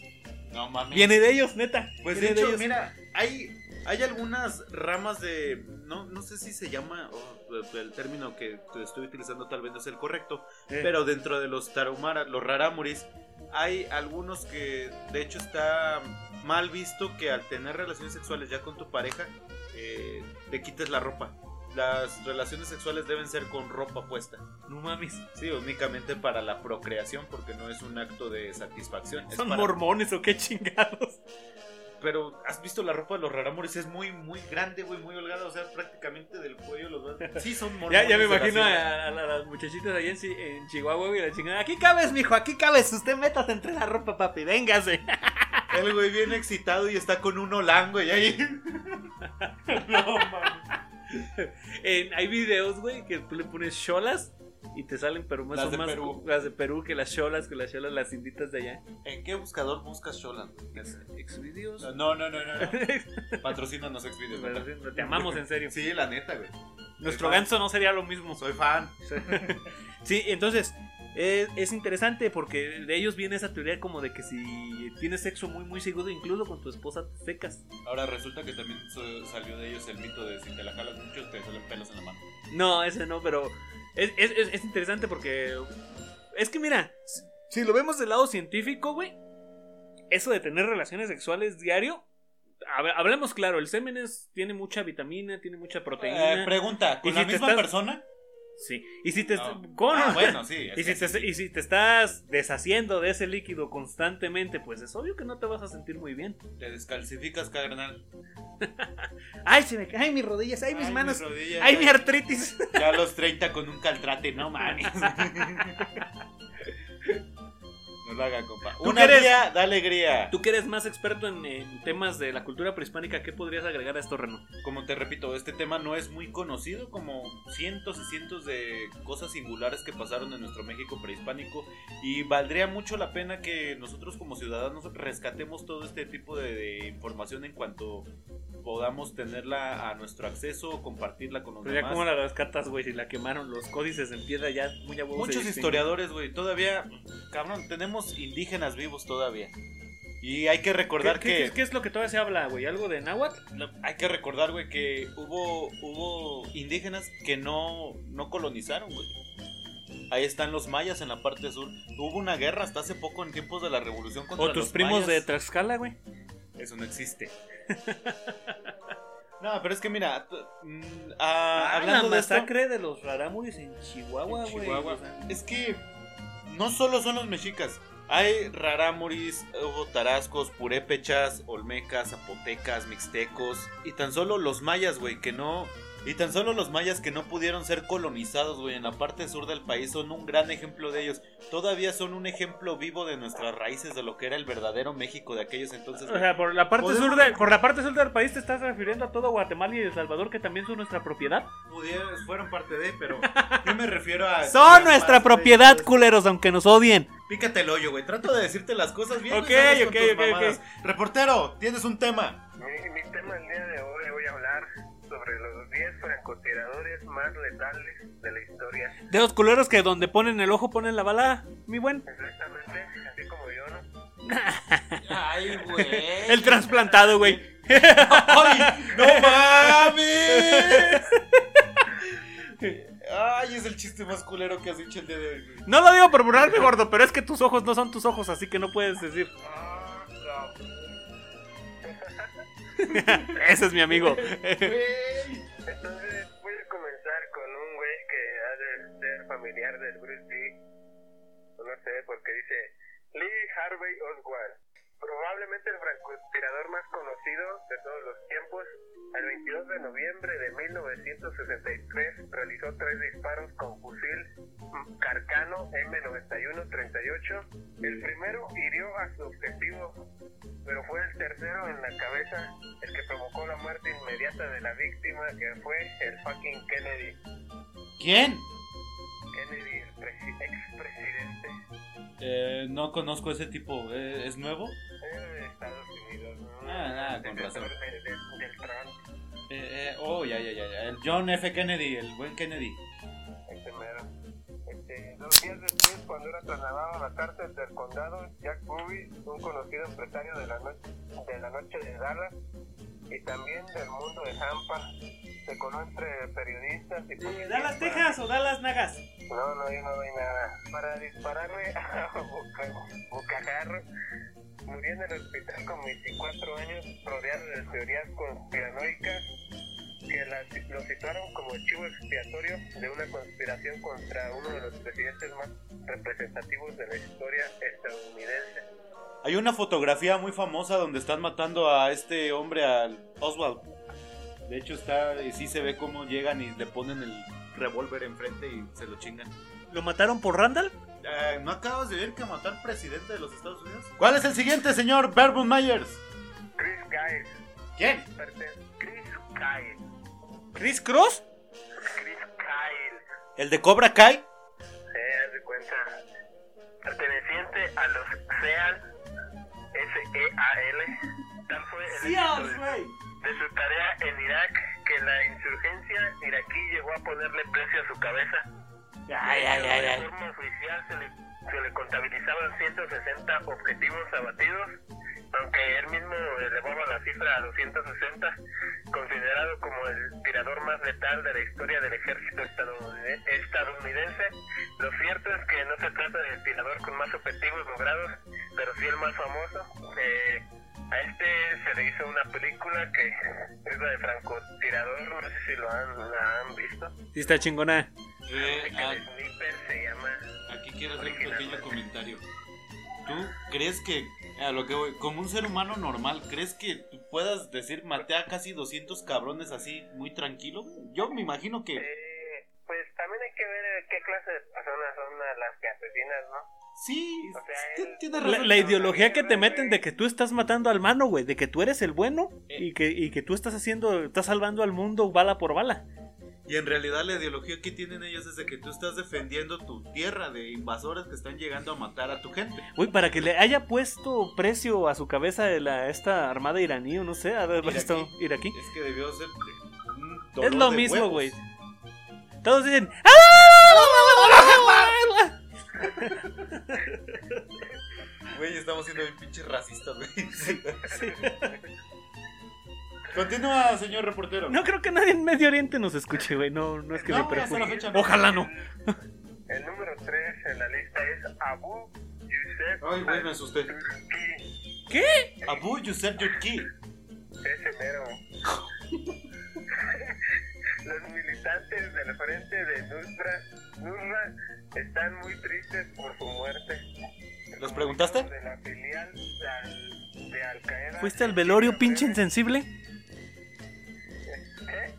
[SPEAKER 1] No mames.
[SPEAKER 4] Viene de ellos, neta.
[SPEAKER 1] Pues de
[SPEAKER 4] Viene
[SPEAKER 1] hecho,
[SPEAKER 4] ellos.
[SPEAKER 1] mira, hay, hay algunas ramas de. No, no sé si se llama. o el término que estoy utilizando tal vez no es el correcto.
[SPEAKER 4] Eh.
[SPEAKER 1] Pero dentro de los tarumaras, los raramuris, hay algunos que de hecho está mal visto que al tener relaciones sexuales ya con tu pareja, eh, te quites la ropa. Las relaciones sexuales deben ser con ropa puesta.
[SPEAKER 4] no mames.
[SPEAKER 1] Sí, únicamente para la procreación, porque no es un acto de satisfacción. es
[SPEAKER 4] Son
[SPEAKER 1] para-
[SPEAKER 4] mormones o qué chingados.
[SPEAKER 1] pero has visto la ropa de los raramores, es muy, muy grande, güey, muy holgada, o sea, prácticamente del cuello los vas. Sí, son
[SPEAKER 4] Ya,
[SPEAKER 1] mormones.
[SPEAKER 4] ya me
[SPEAKER 1] de la
[SPEAKER 4] imagino a,
[SPEAKER 1] ciudad.
[SPEAKER 4] a- a las muchachitas ahí en, Chi- en Chihuahua güey, y la chingada. Aquí cabes, mijo, aquí cabes. Usted métase entre la ropa, papi. Véngase. [LAUGHS]
[SPEAKER 1] El güey bien excitado y está con un holán, güey, ahí. no, mames.
[SPEAKER 4] En- hay videos, güey, que tú le pones cholas y te salen, pero más
[SPEAKER 1] Las
[SPEAKER 4] o
[SPEAKER 1] de
[SPEAKER 4] más
[SPEAKER 1] Perú.
[SPEAKER 4] las de Perú que las cholas, que las cholas, las inditas de allá. [LAUGHS]
[SPEAKER 1] ¿En qué buscador buscas Sholan?
[SPEAKER 4] Exvideos.
[SPEAKER 1] No, no, no, no. no. Patrocínanos Xvideos. ¿verdad?
[SPEAKER 4] Te amamos, en serio.
[SPEAKER 1] Sí, la neta, güey.
[SPEAKER 4] Nuestro ganso no sería lo mismo.
[SPEAKER 1] Soy fan.
[SPEAKER 4] Sí, entonces es, es interesante porque de ellos viene esa teoría como de que si tienes sexo muy muy seguido, incluso con tu esposa te secas.
[SPEAKER 1] Ahora resulta que también so- salió de ellos el mito de si te la jalas mucho te salen pelos en la mano.
[SPEAKER 4] No, ese no, pero es, es- es- es interesante porque es que mira, si- si lo vemos del lado científico, güey, eso de tener relaciones sexuales diario, hab- hablemos claro, el semen es- tiene mucha vitamina, tiene mucha proteína.
[SPEAKER 1] Eh, pregunta,
[SPEAKER 4] ¿Y
[SPEAKER 1] ¿con
[SPEAKER 4] si
[SPEAKER 1] la
[SPEAKER 4] te
[SPEAKER 1] misma
[SPEAKER 4] estás-
[SPEAKER 1] persona?
[SPEAKER 4] sí, y si te...
[SPEAKER 1] No.
[SPEAKER 4] ¿Cómo
[SPEAKER 1] Ah,
[SPEAKER 4] no? [LAUGHS]
[SPEAKER 1] bueno, sí.
[SPEAKER 4] Y si, te, y si te estás deshaciendo de ese líquido constantemente, pues es obvio que no te vas a sentir muy bien.
[SPEAKER 1] Te descalcificas, carnal.
[SPEAKER 4] Ay, se me ca- ay mis rodillas, ay mis
[SPEAKER 1] Ay,
[SPEAKER 4] manos,
[SPEAKER 1] rodillas,
[SPEAKER 4] ay
[SPEAKER 1] ay,
[SPEAKER 4] mi artritis.
[SPEAKER 1] Ya a los 30 con un caltrate, no mames.
[SPEAKER 4] [LAUGHS]
[SPEAKER 1] No lo haga, compa.
[SPEAKER 4] ¿Tú
[SPEAKER 1] Una
[SPEAKER 4] qué eres?
[SPEAKER 1] alegría da alegría.
[SPEAKER 4] [LAUGHS] Tú que eres más experto en, en temas de la cultura prehispánica, ¿qué podrías agregar a esto, Reno?
[SPEAKER 1] Como te repito, este tema no es muy conocido, como cientos y cientos de cosas singulares que pasaron en nuestro México prehispánico. Y valdría mucho la pena que nosotros como ciudadanos rescatemos todo este tipo de, de información en cuanto podamos tenerla a nuestro acceso, compartirla con los
[SPEAKER 4] Pues ya
[SPEAKER 1] demás.
[SPEAKER 4] como la rescatas, güey, si la quemaron los códices en piedra ya muy a huevo se
[SPEAKER 1] Muchos
[SPEAKER 4] distinguen.
[SPEAKER 1] historiadores, güey, todavía, cabrón, tenemos indígenas vivos todavía. Y hay que
[SPEAKER 4] ¿Qué,
[SPEAKER 1] recordar
[SPEAKER 4] qué-
[SPEAKER 1] que,
[SPEAKER 4] qué- qué es lo que todavía se habla, güey? ¿Algo de náhuatl?
[SPEAKER 1] hay que recordar, güey, que hubo hubo indígenas que no no colonizaron, güey. Ahí están los mayas en la parte sur. Hubo una guerra hasta hace poco en tiempos de la revolución contra
[SPEAKER 4] O tus
[SPEAKER 1] los
[SPEAKER 4] primos
[SPEAKER 1] mayas.
[SPEAKER 4] de Tlaxcala, güey.
[SPEAKER 1] Eso no existe. [LAUGHS] no, pero es que mira, t- mm, ah, hablando
[SPEAKER 4] la
[SPEAKER 1] de esto,
[SPEAKER 4] masacre de los rarámuris en Chihuahua,
[SPEAKER 1] en
[SPEAKER 4] güey.
[SPEAKER 1] Chihuahua,
[SPEAKER 4] O sea,
[SPEAKER 1] es que no solo son los mexicas. Hay rarámuris, hubo tarascos, purépechas, olmecas, zapotecas, mixtecos y tan solo los mayas, güey, que no y tan solo los mayas que no pudieron ser colonizados, güey, en la parte sur del país son un gran ejemplo de ellos. Todavía son un ejemplo vivo de nuestras raíces de lo que era el verdadero México de aquellos entonces.
[SPEAKER 4] O sea, por la parte
[SPEAKER 1] Podemos-
[SPEAKER 4] sur de- por la parte sur del país te estás refiriendo a todo Guatemala y El Salvador que también son nuestra propiedad.
[SPEAKER 1] pudieron, fueron parte de, pero yo me refiero a.
[SPEAKER 4] Son nuestra
[SPEAKER 1] parte de-
[SPEAKER 4] propiedad, culeros, aunque nos odien.
[SPEAKER 1] Pícate el hoyo, güey. Trato de decirte las cosas bien.
[SPEAKER 4] Ok,
[SPEAKER 1] güey, sales con
[SPEAKER 4] ok,
[SPEAKER 1] tus
[SPEAKER 4] ok, ok.
[SPEAKER 1] mamadas. Reportero, tienes un tema.
[SPEAKER 3] Mi, mi tema el día de hoy voy a hablar sobre los 10 francotiradores más letales de la historia.
[SPEAKER 4] De los culeros que donde ponen el ojo ponen la bala, mi buen.
[SPEAKER 3] Exactamente, así como yo, ¿no?
[SPEAKER 1] Ay, güey.
[SPEAKER 4] El trasplantado, güey.
[SPEAKER 1] [LAUGHS]
[SPEAKER 4] [LAUGHS]
[SPEAKER 1] ¡No mames! Ay, es el chiste más culero que has dicho el día de hoy, güey.
[SPEAKER 4] No lo digo por burlarme, gordo, pero es que tus ojos no son tus ojos, así que no puedes decir.
[SPEAKER 3] Ah, no.
[SPEAKER 4] Ese es mi amigo.
[SPEAKER 1] Güey.
[SPEAKER 3] Entonces voy a comenzar con un güey que ha de ser familiar del Bruce Lee. No lo sé, porque dice Lee Harvey Oswald. Probablemente el francotirador más conocido de todos los tiempos, el 22 de noviembre de 1963 realizó tres disparos con fusil Carcano M9138. El primero hirió a su objetivo, pero fue el tercero en la cabeza el que provocó la muerte inmediata de la víctima, que fue el fucking Kennedy.
[SPEAKER 1] ¿Quién?
[SPEAKER 3] Kennedy, el presi- expresidente
[SPEAKER 1] Eh, no conozco ese tipo. Eh, ¿Es nuevo?
[SPEAKER 3] Era de Estados Unidos. ¿no?
[SPEAKER 1] Ah, ah, con
[SPEAKER 3] Defensor
[SPEAKER 1] razón.
[SPEAKER 3] de- de- del Trump,
[SPEAKER 1] Eh, eh, oh, ya, ya, ya, ya. El John F. Kennedy, el buen Kennedy.
[SPEAKER 3] el primero. Este, dos días después, cuando era trasladado a la cárcel del condado, Jack Ruby, un conocido empresario de la, noche de la noche de Dallas y también del mundo de Jampa, se coló entre periodistas y...
[SPEAKER 4] ¿Dallas,
[SPEAKER 3] periodistas.
[SPEAKER 4] Texas o Dallas, Nagas?
[SPEAKER 3] No, no, yo no doy nada. Para dispararle [LAUGHS] a Boca- Bocajarro, murió en el hospital con 24 años, rodeado de teorías conspiranoicas que las- lo situaron como chivo expiatorio de una conspiración contra uno de los presidentes más representativos de la historia estadounidense.
[SPEAKER 1] Hay una fotografía muy famosa donde están matando a este hombre, al Oswald. De hecho, está, y sí se ve cómo llegan y le ponen el revólver enfrente y se lo chingan.
[SPEAKER 4] ¿Lo mataron por Randall?
[SPEAKER 1] Eh, ¿No acabas de ver que matar presidente de los Estados Unidos? ¿Cuál es el siguiente, señor Verbum Myers?
[SPEAKER 3] Chris Guy,
[SPEAKER 1] ¿Quién?
[SPEAKER 3] Chris Kyle,
[SPEAKER 4] ¿Chris Cross?
[SPEAKER 3] Chris Kyle.
[SPEAKER 1] ¿El de Cobra Kai?
[SPEAKER 3] Eh, haz de cuenta. Perteneciente a los SEAL, E S-E-A-L. Tal fue el éxito de, de su tarea en Irak que la insurgencia iraquí llegó a ponerle precio a su cabeza.
[SPEAKER 4] Ay, ay, ay,
[SPEAKER 3] De
[SPEAKER 4] ay.
[SPEAKER 3] forma oficial se le, se le contabilizaban 160 objetivos abatidos, aunque él mismo elevaba la cifra a 260, considerado como el tirador más letal de la historia del ejército estadounid- estadounidense. Lo cierto es que no se trata del tirador con más objetivos logrados, pero sí el más famoso. Eh, a este se le hizo una película que es la de francotirador, no sé si lo han, la han visto.
[SPEAKER 4] Sí está chingona.
[SPEAKER 1] Eh,
[SPEAKER 3] Dice
[SPEAKER 1] ah.
[SPEAKER 3] que el sniper se llama
[SPEAKER 1] aquí quiero hacer un pequeño comentario. ¿Tú crees que, a lo que voy, como un ser humano normal, crees que tú puedas decir maté a casi 200 cabrones así muy tranquilo? Yo me imagino que...
[SPEAKER 3] Eh, pues también hay que ver eh, qué clase de personas son a las que asesinas, ¿no?
[SPEAKER 1] Sí,
[SPEAKER 3] O sea,
[SPEAKER 1] sí,
[SPEAKER 3] él-
[SPEAKER 1] tienes
[SPEAKER 4] La,
[SPEAKER 1] razón.
[SPEAKER 4] la ideología que te meten de que tú estás matando al mano, güey, de que tú eres el bueno y que, y que tú estás haciendo, estás salvando al mundo bala por bala.
[SPEAKER 1] Y en realidad la ideología que tienen ellos es de que tú estás defendiendo tu tierra de invasores que están llegando a matar a tu gente.
[SPEAKER 4] Güey, para que le haya puesto precio a su cabeza de la, esta armada iraní o no sé, a ver,
[SPEAKER 1] Iraquí.
[SPEAKER 4] esto, iraquí.
[SPEAKER 1] Es que debió ser de un
[SPEAKER 4] Es
[SPEAKER 1] dolor
[SPEAKER 4] lo
[SPEAKER 1] de
[SPEAKER 4] mismo,
[SPEAKER 1] huevos.
[SPEAKER 4] güey.
[SPEAKER 1] [LAUGHS]
[SPEAKER 4] Todos dicen. "¡Ah!"
[SPEAKER 1] Güey, estamos siendo bien pinches racistas, güey.
[SPEAKER 4] Sí.
[SPEAKER 1] [LAUGHS] Continúa, señor reportero.
[SPEAKER 4] No creo que nadie en Medio Oriente nos escuche, güey. No, no es que me
[SPEAKER 1] hasta la
[SPEAKER 4] preocupe.
[SPEAKER 1] fecha no.
[SPEAKER 4] Ojalá no.
[SPEAKER 3] El número Abu Yusef
[SPEAKER 1] Ay, güey, me asusté.
[SPEAKER 3] Turki.
[SPEAKER 4] ¿Qué?
[SPEAKER 1] Abu Yusef Yurki.
[SPEAKER 3] Ese mero. [LAUGHS] Los militantes del frente de Nusra, Nusra están muy tristes por su muerte.
[SPEAKER 1] ¿Los preguntaste?
[SPEAKER 3] De la filial de Al- de Al Qaeda.
[SPEAKER 4] ¿Fuiste al velorio, pinche insensible?
[SPEAKER 3] ¿Eh?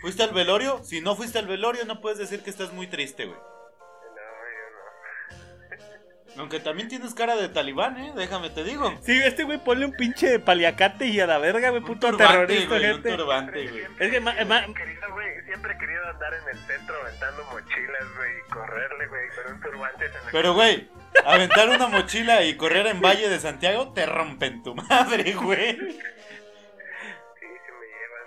[SPEAKER 1] ¿Fuiste al velorio? Si no fuiste al velorio, no puedes decir que estás muy triste, güey.
[SPEAKER 3] No,
[SPEAKER 1] Aunque también tienes cara de talibán, ¿eh? Déjame te digo.
[SPEAKER 4] Sí, este güey ponle un pinche paliacate y a la verga, güey,
[SPEAKER 1] Un
[SPEAKER 4] puto
[SPEAKER 1] turbante,
[SPEAKER 4] terrorista,
[SPEAKER 1] güey, un
[SPEAKER 4] gente.
[SPEAKER 1] turbante,
[SPEAKER 3] yo no.
[SPEAKER 1] güey.
[SPEAKER 4] Es que ma- ma-
[SPEAKER 3] Siempre he querido, güey, siempre he querido andar en el centro aventando mochilas, güey, y correrle, güey, con un turbante se me
[SPEAKER 1] Pero, güey, aventar una mochila y correr en Valle de Santiago te rompen tu madre, güey.
[SPEAKER 3] Sí, se me llevan,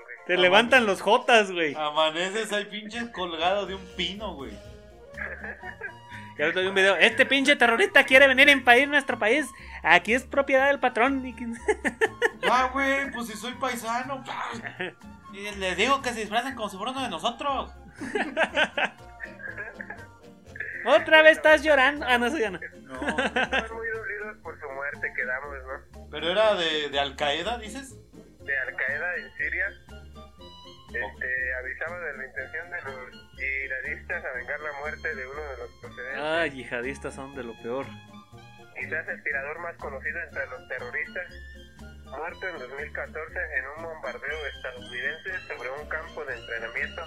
[SPEAKER 3] güey.
[SPEAKER 1] Ah,
[SPEAKER 4] te levantan los jotas, güey.
[SPEAKER 1] Amaneces ahí pinche colgado de un pino, güey.
[SPEAKER 4] Y ahorita vi un video. Este pinche terrorista quiere venir a invadir nuestro país. Aquí es propiedad del patrón. y que- [LAUGHS]
[SPEAKER 1] Ya, güey, pues si soy paisano. Y les digo que se disfracen como si fueran uno de nosotros.
[SPEAKER 4] Otra vez estás llorando. Ah, no, eso ya no.
[SPEAKER 1] No.
[SPEAKER 3] Estamos muy dolidos por su muerte, quedamos, ¿no?
[SPEAKER 1] Pero era de, de Al Qaeda, dices.
[SPEAKER 3] De Al Qaeda en Siria. Este, avisaba de la intención de los yihadistas a vengar la muerte de uno de los procedentes.
[SPEAKER 4] Ay, yihadistas son de lo peor.
[SPEAKER 3] Quizás el tirador más conocido entre los terroristas. Muerto en 2014 en un bombardeo estadounidense sobre un campo de entrenamiento.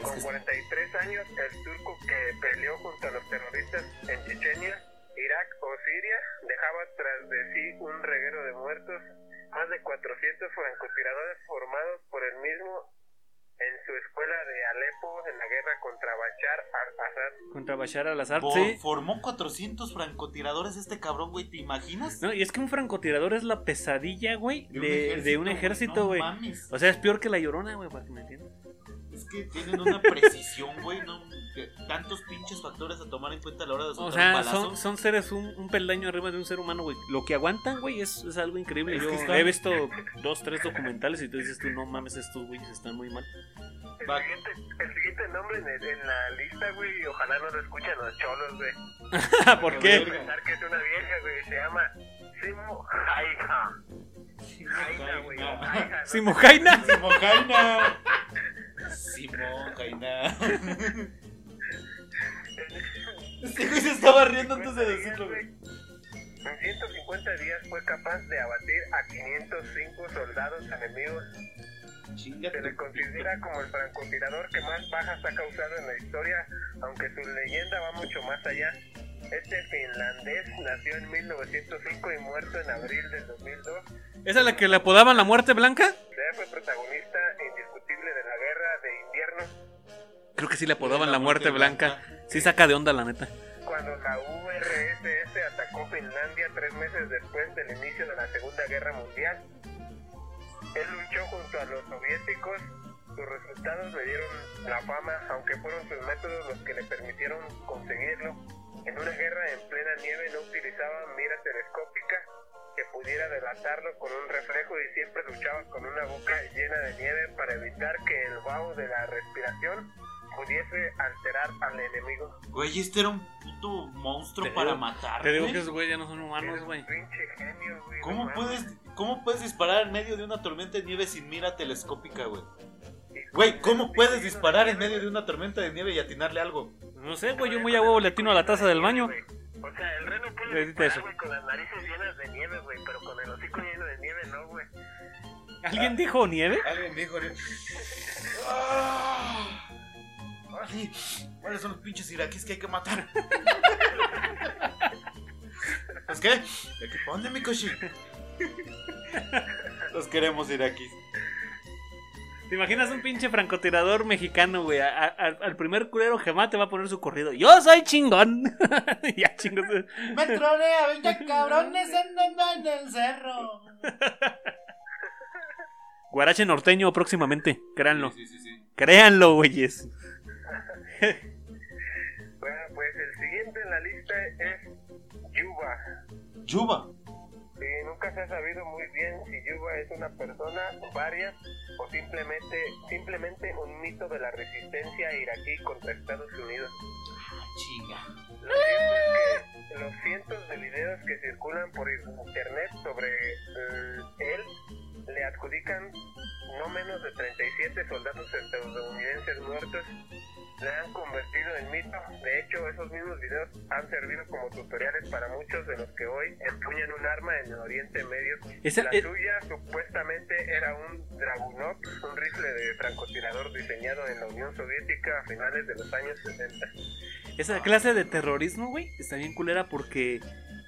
[SPEAKER 3] Con 43 años, el turco que peleó junto a los terroristas en Chechenia, Irak o Siria dejaba tras de sí un reguero de muertos, más de 400 francotiradores formados por el mismo en su escuela de Alepo en la guerra contra Bashar al-Assad.
[SPEAKER 4] Contra Bashar al-Assad,
[SPEAKER 1] Por-
[SPEAKER 4] Ah, sí.
[SPEAKER 1] Formó 400 francotiradores este cabrón, güey. ¿Te imaginas?
[SPEAKER 4] No, y es que un francotirador es la pesadilla, güey, de, de un
[SPEAKER 1] güey,
[SPEAKER 4] ejército, güey.
[SPEAKER 1] No mames.
[SPEAKER 4] O sea, es peor que la llorona, güey, para que me entiendas.
[SPEAKER 1] Es que tienen una precisión, güey. No, que tantos pinches factores a tomar en cuenta a la hora de soltar
[SPEAKER 4] O sea,
[SPEAKER 1] un balazo.
[SPEAKER 4] son, son seres un, un peldaño arriba de un ser humano, güey. Lo que aguantan, güey, es, es algo increíble.
[SPEAKER 1] Es
[SPEAKER 4] Yo
[SPEAKER 1] que están-
[SPEAKER 4] he visto dos, tres documentales y tú dices, tú no mames, estos güeyes están muy mal.
[SPEAKER 3] El
[SPEAKER 1] Va.
[SPEAKER 3] siguiente, el siguiente nombre en, el- en la lista, güey, y ojalá no lo escuchen los cholos,
[SPEAKER 4] [LAUGHS]
[SPEAKER 3] güey.
[SPEAKER 4] ¿Por
[SPEAKER 1] qué?
[SPEAKER 4] qué?
[SPEAKER 1] Verga.
[SPEAKER 3] Pensar que es una vieja, güey, se llama Simo Jaija. Jaija, güey. Jaija,
[SPEAKER 1] [LAUGHS]
[SPEAKER 3] ¿no? [LAUGHS]
[SPEAKER 4] ¿Simojaina?
[SPEAKER 1] Simojaina. Simojaina. [LAUGHS] Este güey se estaba riendo antes de decirlo, güey.
[SPEAKER 3] En 150 días fue capaz de abatir a 505 soldados enemigos.
[SPEAKER 1] Chinga
[SPEAKER 3] Se le
[SPEAKER 1] tu-
[SPEAKER 3] considera como el francotirador que más bajas ha causado en la historia, aunque su leyenda va mucho más allá. Este finlandés nació en 1905 y muerto en abril del 2002.
[SPEAKER 4] ¿Esa es la que le apodaban la muerte blanca?
[SPEAKER 3] Ya fue protagonista indiscutible de la guerra de invierno
[SPEAKER 4] Creo que sí le apodaban la muerte blanca. Sí saca de onda, la neta.
[SPEAKER 3] cuando la URSS atacó Finlandia tres meses después del inicio de la Segunda Guerra Mundial. Él luchó junto a los soviéticos. Sus resultados le dieron la fama, aunque fueron sus métodos los que le permitieron conseguirlo. En una guerra en plena nieve no utilizaba mira telescópica que pudiera delatarlo con un reflejo y siempre luchaba con una boca llena de nieve para evitar que el vaho de la respiración pudiese alterar al enemigo.
[SPEAKER 1] Güey, este era un puto monstruo
[SPEAKER 4] Te
[SPEAKER 1] para
[SPEAKER 4] digo-
[SPEAKER 1] matar.
[SPEAKER 4] Te digo
[SPEAKER 1] güey.
[SPEAKER 4] que esos güeyes ya no son humanos,
[SPEAKER 3] Eres
[SPEAKER 4] güey.
[SPEAKER 3] un pinche genio, güey, no
[SPEAKER 1] ¿Cómo
[SPEAKER 3] mames.
[SPEAKER 1] puedes, ¿Cómo puedes disparar en medio de una tormenta de nieve sin mira telescópica, güey?
[SPEAKER 3] Y-
[SPEAKER 1] Güey, ¿cómo puedes disparar en medio de una tormenta de nieve y atinarle algo?
[SPEAKER 4] No sé, güey, yo muy a huevo le atino a la taza del baño.
[SPEAKER 3] O sea, el reno puede
[SPEAKER 4] Le
[SPEAKER 3] disparar,
[SPEAKER 4] eso.
[SPEAKER 3] güey, con las narices llenas de nieve, güey, pero con el hocico lleno de nieve no, güey.
[SPEAKER 4] ¿Alguien dijo nieve?
[SPEAKER 1] Alguien dijo, ¿no? ¡Ah! Ay, ¿Cuáles son los pinches iraquíes que hay que matar? [LAUGHS] ¿Los qué? ¿De aquí para dónde, mi coche? Los queremos iraquíes.
[SPEAKER 4] ¿Te imaginas un pinche francotirador mexicano, güey? A- a- al- al primer culero jamás te va a poner su corrido. ¡Yo soy chingón! [LAUGHS] ya, chingón.
[SPEAKER 1] Me tronea 20 cabrones andando en el cerro.
[SPEAKER 4] Guarache norteño próximamente, créanlo.
[SPEAKER 1] Sí, sí, sí.
[SPEAKER 4] Créanlo, güeyes.
[SPEAKER 3] Bueno, pues el siguiente en la lista es Yuba.
[SPEAKER 1] Yuba.
[SPEAKER 3] Y nunca se ha sabido muy bien si Yuba es una persona, varias, o simplemente, simplemente un mito de la resistencia iraquí contra Estados Unidos.
[SPEAKER 1] Chinga.
[SPEAKER 3] Lo cierto es circulan por internet sobre eh, él le adjudican no menos de 37 soldados estadounidenses muertos. Le han convertido en mito. De hecho, esos mismos videos han servido como tutoriales para muchos de los que hoy empuñan un arma en el Oriente Medio.
[SPEAKER 4] Es el-
[SPEAKER 3] La
[SPEAKER 4] el-
[SPEAKER 3] suya supuestamente era un Dragunov, un rifle de francotirador diseñado en la Unión Soviética a finales de los años 60.
[SPEAKER 4] Esa clase de terrorismo, güey, está bien culera porque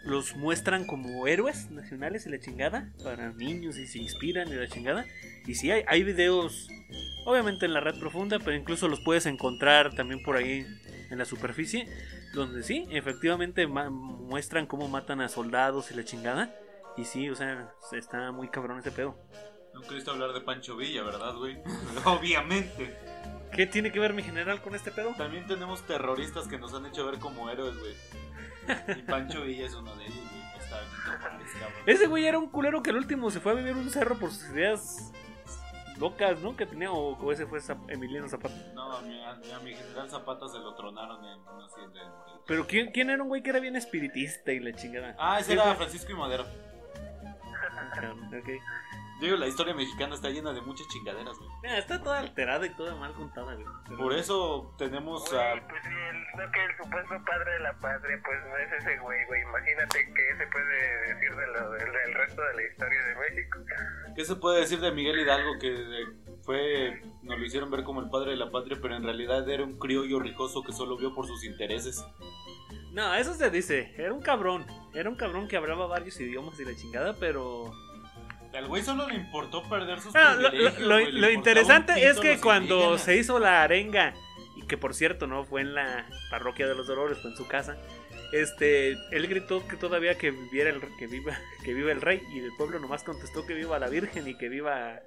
[SPEAKER 4] los muestran como héroes nacionales y la chingada, para niños y se inspiran y la chingada. Y sí, hay, hay videos, obviamente en la red profunda, pero incluso los puedes encontrar también por ahí en la superficie, donde sí, efectivamente ma- muestran cómo matan a soldados y la chingada. Y sí, o sea, está muy cabrón ese pedo.
[SPEAKER 1] Nunca he visto hablar de Pancho Villa, ¿verdad, güey? [LAUGHS] Obviamente.
[SPEAKER 4] ¿Qué tiene que ver mi general con este pedo?
[SPEAKER 1] También tenemos terroristas que nos han hecho ver como héroes, güey. Y Pancho Villa es uno de ellos, güey. Está bien, no mames, cabrón.
[SPEAKER 4] Ese güey era un culero que al último se fue a vivir un cerro por sus ideas locas, ¿no? Que tenía, o, o ese fue Zap- Emiliano Zapata.
[SPEAKER 1] No, a mi, a mi- a mi general Zapata se lo tronaron en una hacienda de Morelos.
[SPEAKER 4] Pero ¿quién, quién era un güey que era bien espiritista y la chingada?
[SPEAKER 1] Ah, ese
[SPEAKER 4] Sí,
[SPEAKER 1] era
[SPEAKER 4] güey.
[SPEAKER 1] Francisco y Madero.
[SPEAKER 4] Cabrón, ok.
[SPEAKER 1] Digo, la historia mexicana está llena de muchas chingaderas, güey.
[SPEAKER 4] Mira, está toda alterada y toda mal contada, güey. Pero-
[SPEAKER 1] Por eso tenemos a...
[SPEAKER 3] Güey, pues sí, el, no que el supuesto padre de la patria, pues no es ese güey, güey. Imagínate qué se puede decir de lo- del del resto de la historia de México.
[SPEAKER 1] ¿Qué se puede decir de Miguel Hidalgo que eh, fue, nos lo hicieron ver como el padre de la patria, pero en realidad era un criollo rijoso que solo vio por sus intereses?
[SPEAKER 4] No, eso se dice. Era un cabrón. Era un cabrón que hablaba varios idiomas y la chingada, pero...
[SPEAKER 1] Al güey solo le importó perder sus
[SPEAKER 4] Ah, lo,
[SPEAKER 1] privilegios,
[SPEAKER 4] lo- lo-
[SPEAKER 1] güey, le importaba
[SPEAKER 4] lo
[SPEAKER 1] un
[SPEAKER 4] interesante
[SPEAKER 1] pito
[SPEAKER 4] es que
[SPEAKER 1] los
[SPEAKER 4] cuando
[SPEAKER 1] indígenas.
[SPEAKER 4] se hizo la arenga, y que por cierto no fue en la parroquia de los dolores, fue en su casa, este, él gritó que todavía que viviera el, que viva, [LAUGHS] que viva el rey, y el pueblo nomás contestó que viva la virgen y que viva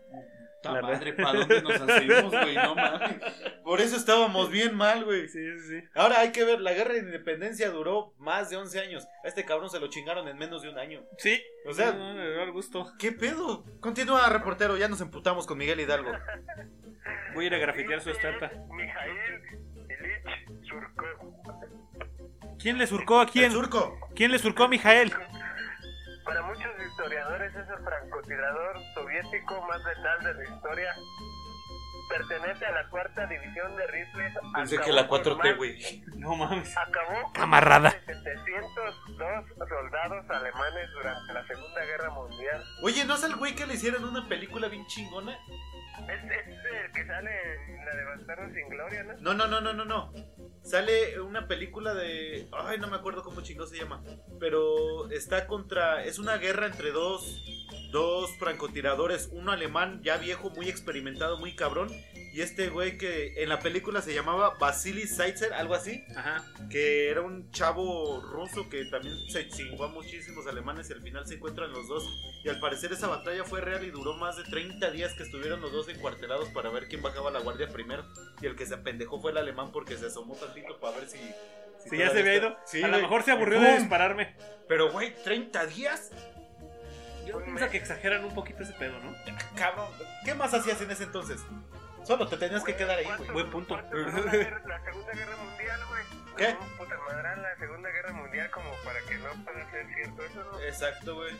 [SPEAKER 1] Puta
[SPEAKER 4] La
[SPEAKER 1] madre, ¿para dónde
[SPEAKER 4] [LAUGHS]
[SPEAKER 1] nos hacemos, güey? No mames. Por eso estábamos bien mal, güey.
[SPEAKER 4] sí, sí, sí.
[SPEAKER 1] Ahora hay que ver, la guerra de independencia duró más de 11 años. A este cabrón se lo chingaron en menos de un año.
[SPEAKER 4] Sí,
[SPEAKER 1] O sea-
[SPEAKER 4] no, no, no, al gusto.
[SPEAKER 1] ¿Qué pedo? Continúa, reportero, ya nos emputamos con Miguel Hidalgo.
[SPEAKER 4] Voy a ir a grafitear su
[SPEAKER 3] Sí,
[SPEAKER 4] estatua.
[SPEAKER 3] Mijail Ilich Surkov.
[SPEAKER 4] ¿Quién le surcó a quién?
[SPEAKER 1] El surco.
[SPEAKER 4] ¿Quién le surcó a Mijael?
[SPEAKER 3] Para muchos historiadores es el francotirador soviético más letal de la historia. Pertenece a la cuarta división de rifles.
[SPEAKER 1] Pensé
[SPEAKER 3] acabó
[SPEAKER 1] que la
[SPEAKER 3] con
[SPEAKER 1] 4T,
[SPEAKER 3] más-
[SPEAKER 1] güey.
[SPEAKER 4] [LAUGHS] No mames.
[SPEAKER 3] Acabó
[SPEAKER 4] Camarada.
[SPEAKER 3] 702 soldados alemanes durante la Segunda Guerra Mundial.
[SPEAKER 1] Oye, ¿no es el güey que le hicieron una película bien chingona?
[SPEAKER 3] Es, es el que sale en la de Bastardos sin Gloria, ¿no?
[SPEAKER 1] No, no, no, no, no, no. Sale una película de. Ay, no me acuerdo cómo chingón se llama. Pero está contra. Es una guerra entre dos. Dos francotiradores. Uno alemán, ya viejo, muy experimentado, muy cabrón. Y este güey que en la película se llamaba Vasily Zaitsev, algo así.
[SPEAKER 4] Ajá.
[SPEAKER 1] que era un chavo ruso que también se chingó a muchísimos alemanes y al final se encuentran los dos. Y al parecer esa batalla fue real y duró más de 30 días que estuvieron los dos encuartelados para ver quién bajaba la guardia primero. Y el que se apendejó fue el alemán porque se asomó tantito para ver si...
[SPEAKER 4] Si
[SPEAKER 1] todavía
[SPEAKER 4] ya se había
[SPEAKER 1] está-
[SPEAKER 4] ido,
[SPEAKER 1] Sí,
[SPEAKER 4] a lo
[SPEAKER 1] güey.
[SPEAKER 4] mejor se aburrió de
[SPEAKER 1] ¡Pum!
[SPEAKER 4] dispararme.
[SPEAKER 1] Pero, güey, 30 días.
[SPEAKER 4] Yo pienso que exageran un poquito ese pedo, ¿no?
[SPEAKER 1] Cabrón, ¿qué más hacías en ese entonces? Solo te tenías que quedar ahí, güey.
[SPEAKER 4] Buen punto.
[SPEAKER 3] ¿Cuánto duró La guerra- la Segunda Guerra Mundial, güey.
[SPEAKER 1] ¿Qué?
[SPEAKER 3] No, puta madre, la Segunda Guerra Mundial como para que no pueda ser cierto. Eso no.
[SPEAKER 1] Exacto, güey.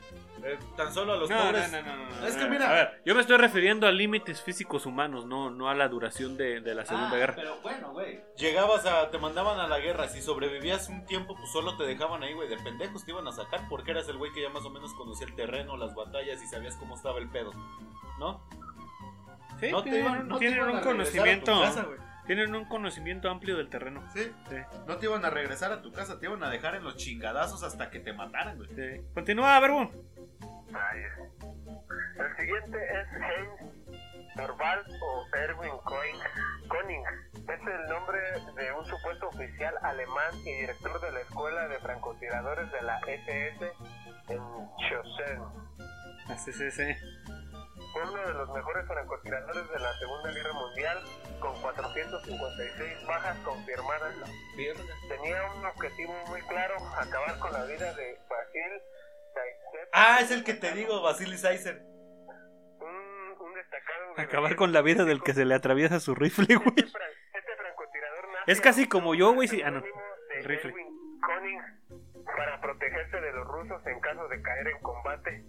[SPEAKER 1] Eh, tan solo a los
[SPEAKER 4] no,
[SPEAKER 1] pobres...
[SPEAKER 4] no, no, no, no, no,
[SPEAKER 1] Es que
[SPEAKER 4] no.
[SPEAKER 1] mira-
[SPEAKER 4] A ver, yo me estoy refiriendo a límites físicos humanos, no, no a la duración de, de la Segunda
[SPEAKER 1] Ah,
[SPEAKER 4] Guerra.
[SPEAKER 1] Pero bueno, güey. Llegabas a. Te mandaban a la guerra. Si sobrevivías un tiempo, pues solo te dejaban ahí, güey. De pendejos te iban a sacar porque eras el güey que ya más o menos conocía el terreno, las batallas y sabías cómo estaba el pedo. ¿No?
[SPEAKER 4] Sí,
[SPEAKER 1] no
[SPEAKER 4] tienen,
[SPEAKER 1] iban- no
[SPEAKER 4] tienen
[SPEAKER 1] iban
[SPEAKER 4] un
[SPEAKER 1] a regresar
[SPEAKER 4] conocimiento,
[SPEAKER 1] a tu casa, güey.
[SPEAKER 4] tienen un conocimiento amplio del terreno.
[SPEAKER 1] Sí.
[SPEAKER 4] Sí,
[SPEAKER 1] No te iban a regresar a tu casa, te iban a dejar en los chingadazos hasta que te mataran, güey.
[SPEAKER 4] sí. Este, Continúa, verbo.
[SPEAKER 3] Ay, El siguiente es Heinz Norval o Erwin Coin. Koenig. Es el nombre de un supuesto oficial alemán y director de la Escuela de Francotiradores de la SS en Chosen.
[SPEAKER 4] Ah, sí, sí, sí.
[SPEAKER 3] Fue uno de los mejores francotiradores de la Segunda Guerra Mundial con 456 bajas confirmadas. Tenía un objetivo muy claro, acabar con la vida de Basil Zaitsev.
[SPEAKER 1] Ah, es el que te digo, Vasily Sizer.
[SPEAKER 3] un, un destacado
[SPEAKER 4] Acabar con la vida del que se le atraviesa su rifle,
[SPEAKER 3] este,
[SPEAKER 4] güey.
[SPEAKER 3] fran- este francotirador nazi
[SPEAKER 4] Es casi como yo, güey, sí- ah, no,
[SPEAKER 3] anónimo de
[SPEAKER 4] el rifle.
[SPEAKER 3] Erwin Koenig para proteger muerte de los rusos en caso de caer en combate.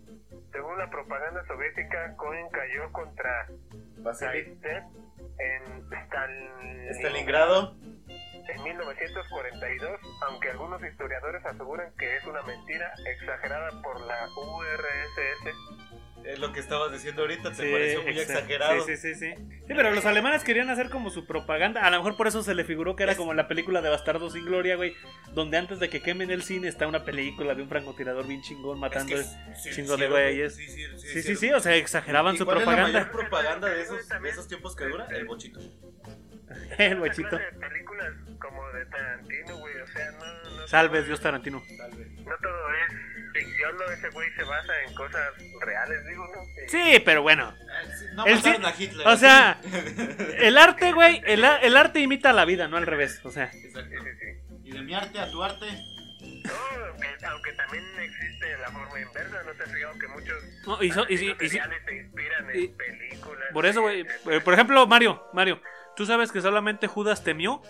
[SPEAKER 3] Según la propaganda soviética, Cohen cayó contra
[SPEAKER 1] Vasily.
[SPEAKER 3] Zaitsev en Stalin-
[SPEAKER 1] Este Stalingrado.
[SPEAKER 3] en 1942, aunque algunos historiadores aseguran que es una mentira exagerada por la URSS.
[SPEAKER 1] Es lo que estabas diciendo ahorita, [LAUGHS] te
[SPEAKER 4] Sí,
[SPEAKER 1] pareció muy
[SPEAKER 4] exa-
[SPEAKER 1] exagerado.
[SPEAKER 4] Sí, sí, sí, sí. Sí, pero los alemanes querían hacer como su propaganda. A lo mejor por eso se le figuró que era como la película de Bastardos sin Gloria, güey. Donde antes de que quemen el cine está una película de un francotirador bien chingón matando. este
[SPEAKER 1] Es que sí,
[SPEAKER 4] chingo
[SPEAKER 1] sí,
[SPEAKER 4] de güeyes.
[SPEAKER 1] Sí, sí, sí.
[SPEAKER 4] sí, sí,
[SPEAKER 1] cierto.
[SPEAKER 4] sí, o sea, exageraban
[SPEAKER 1] ¿Y
[SPEAKER 4] su
[SPEAKER 1] cuál Es la
[SPEAKER 4] propaganda.
[SPEAKER 1] mayor propaganda de esos, de esos tiempos que dura el bochito.
[SPEAKER 4] [LAUGHS] [LAUGHS] el guachito.
[SPEAKER 3] clase de películas como de Tarantino, güey, o sea, no, no,
[SPEAKER 4] Salves, Dios Tarantino.
[SPEAKER 1] Tal vez.
[SPEAKER 3] no todo es ficción, no, ese güey se basa en cosas reales, digo, ¿no?
[SPEAKER 4] Sí, pero bueno.
[SPEAKER 1] Ah, No
[SPEAKER 4] El
[SPEAKER 1] mataron
[SPEAKER 4] sí-
[SPEAKER 1] a Hitler. [LAUGHS]
[SPEAKER 4] O sea,
[SPEAKER 1] Exacto.
[SPEAKER 4] el arte, güey, el, a- el arte imita la vida, no al revés. O sea,
[SPEAKER 3] Sí, sí, sí.
[SPEAKER 1] Y de mi arte a tu arte.
[SPEAKER 3] No, aunque, aunque también existe la forma inversa, no te has fijado que muchos
[SPEAKER 4] no, y so- y- y- y-
[SPEAKER 3] seriales se inspiran
[SPEAKER 4] y-
[SPEAKER 3] en películas.
[SPEAKER 4] Por eso, güey.
[SPEAKER 3] etcétera.
[SPEAKER 4] eh, Por ejemplo, Mario, Mario, tú sabes que solamente Judas temió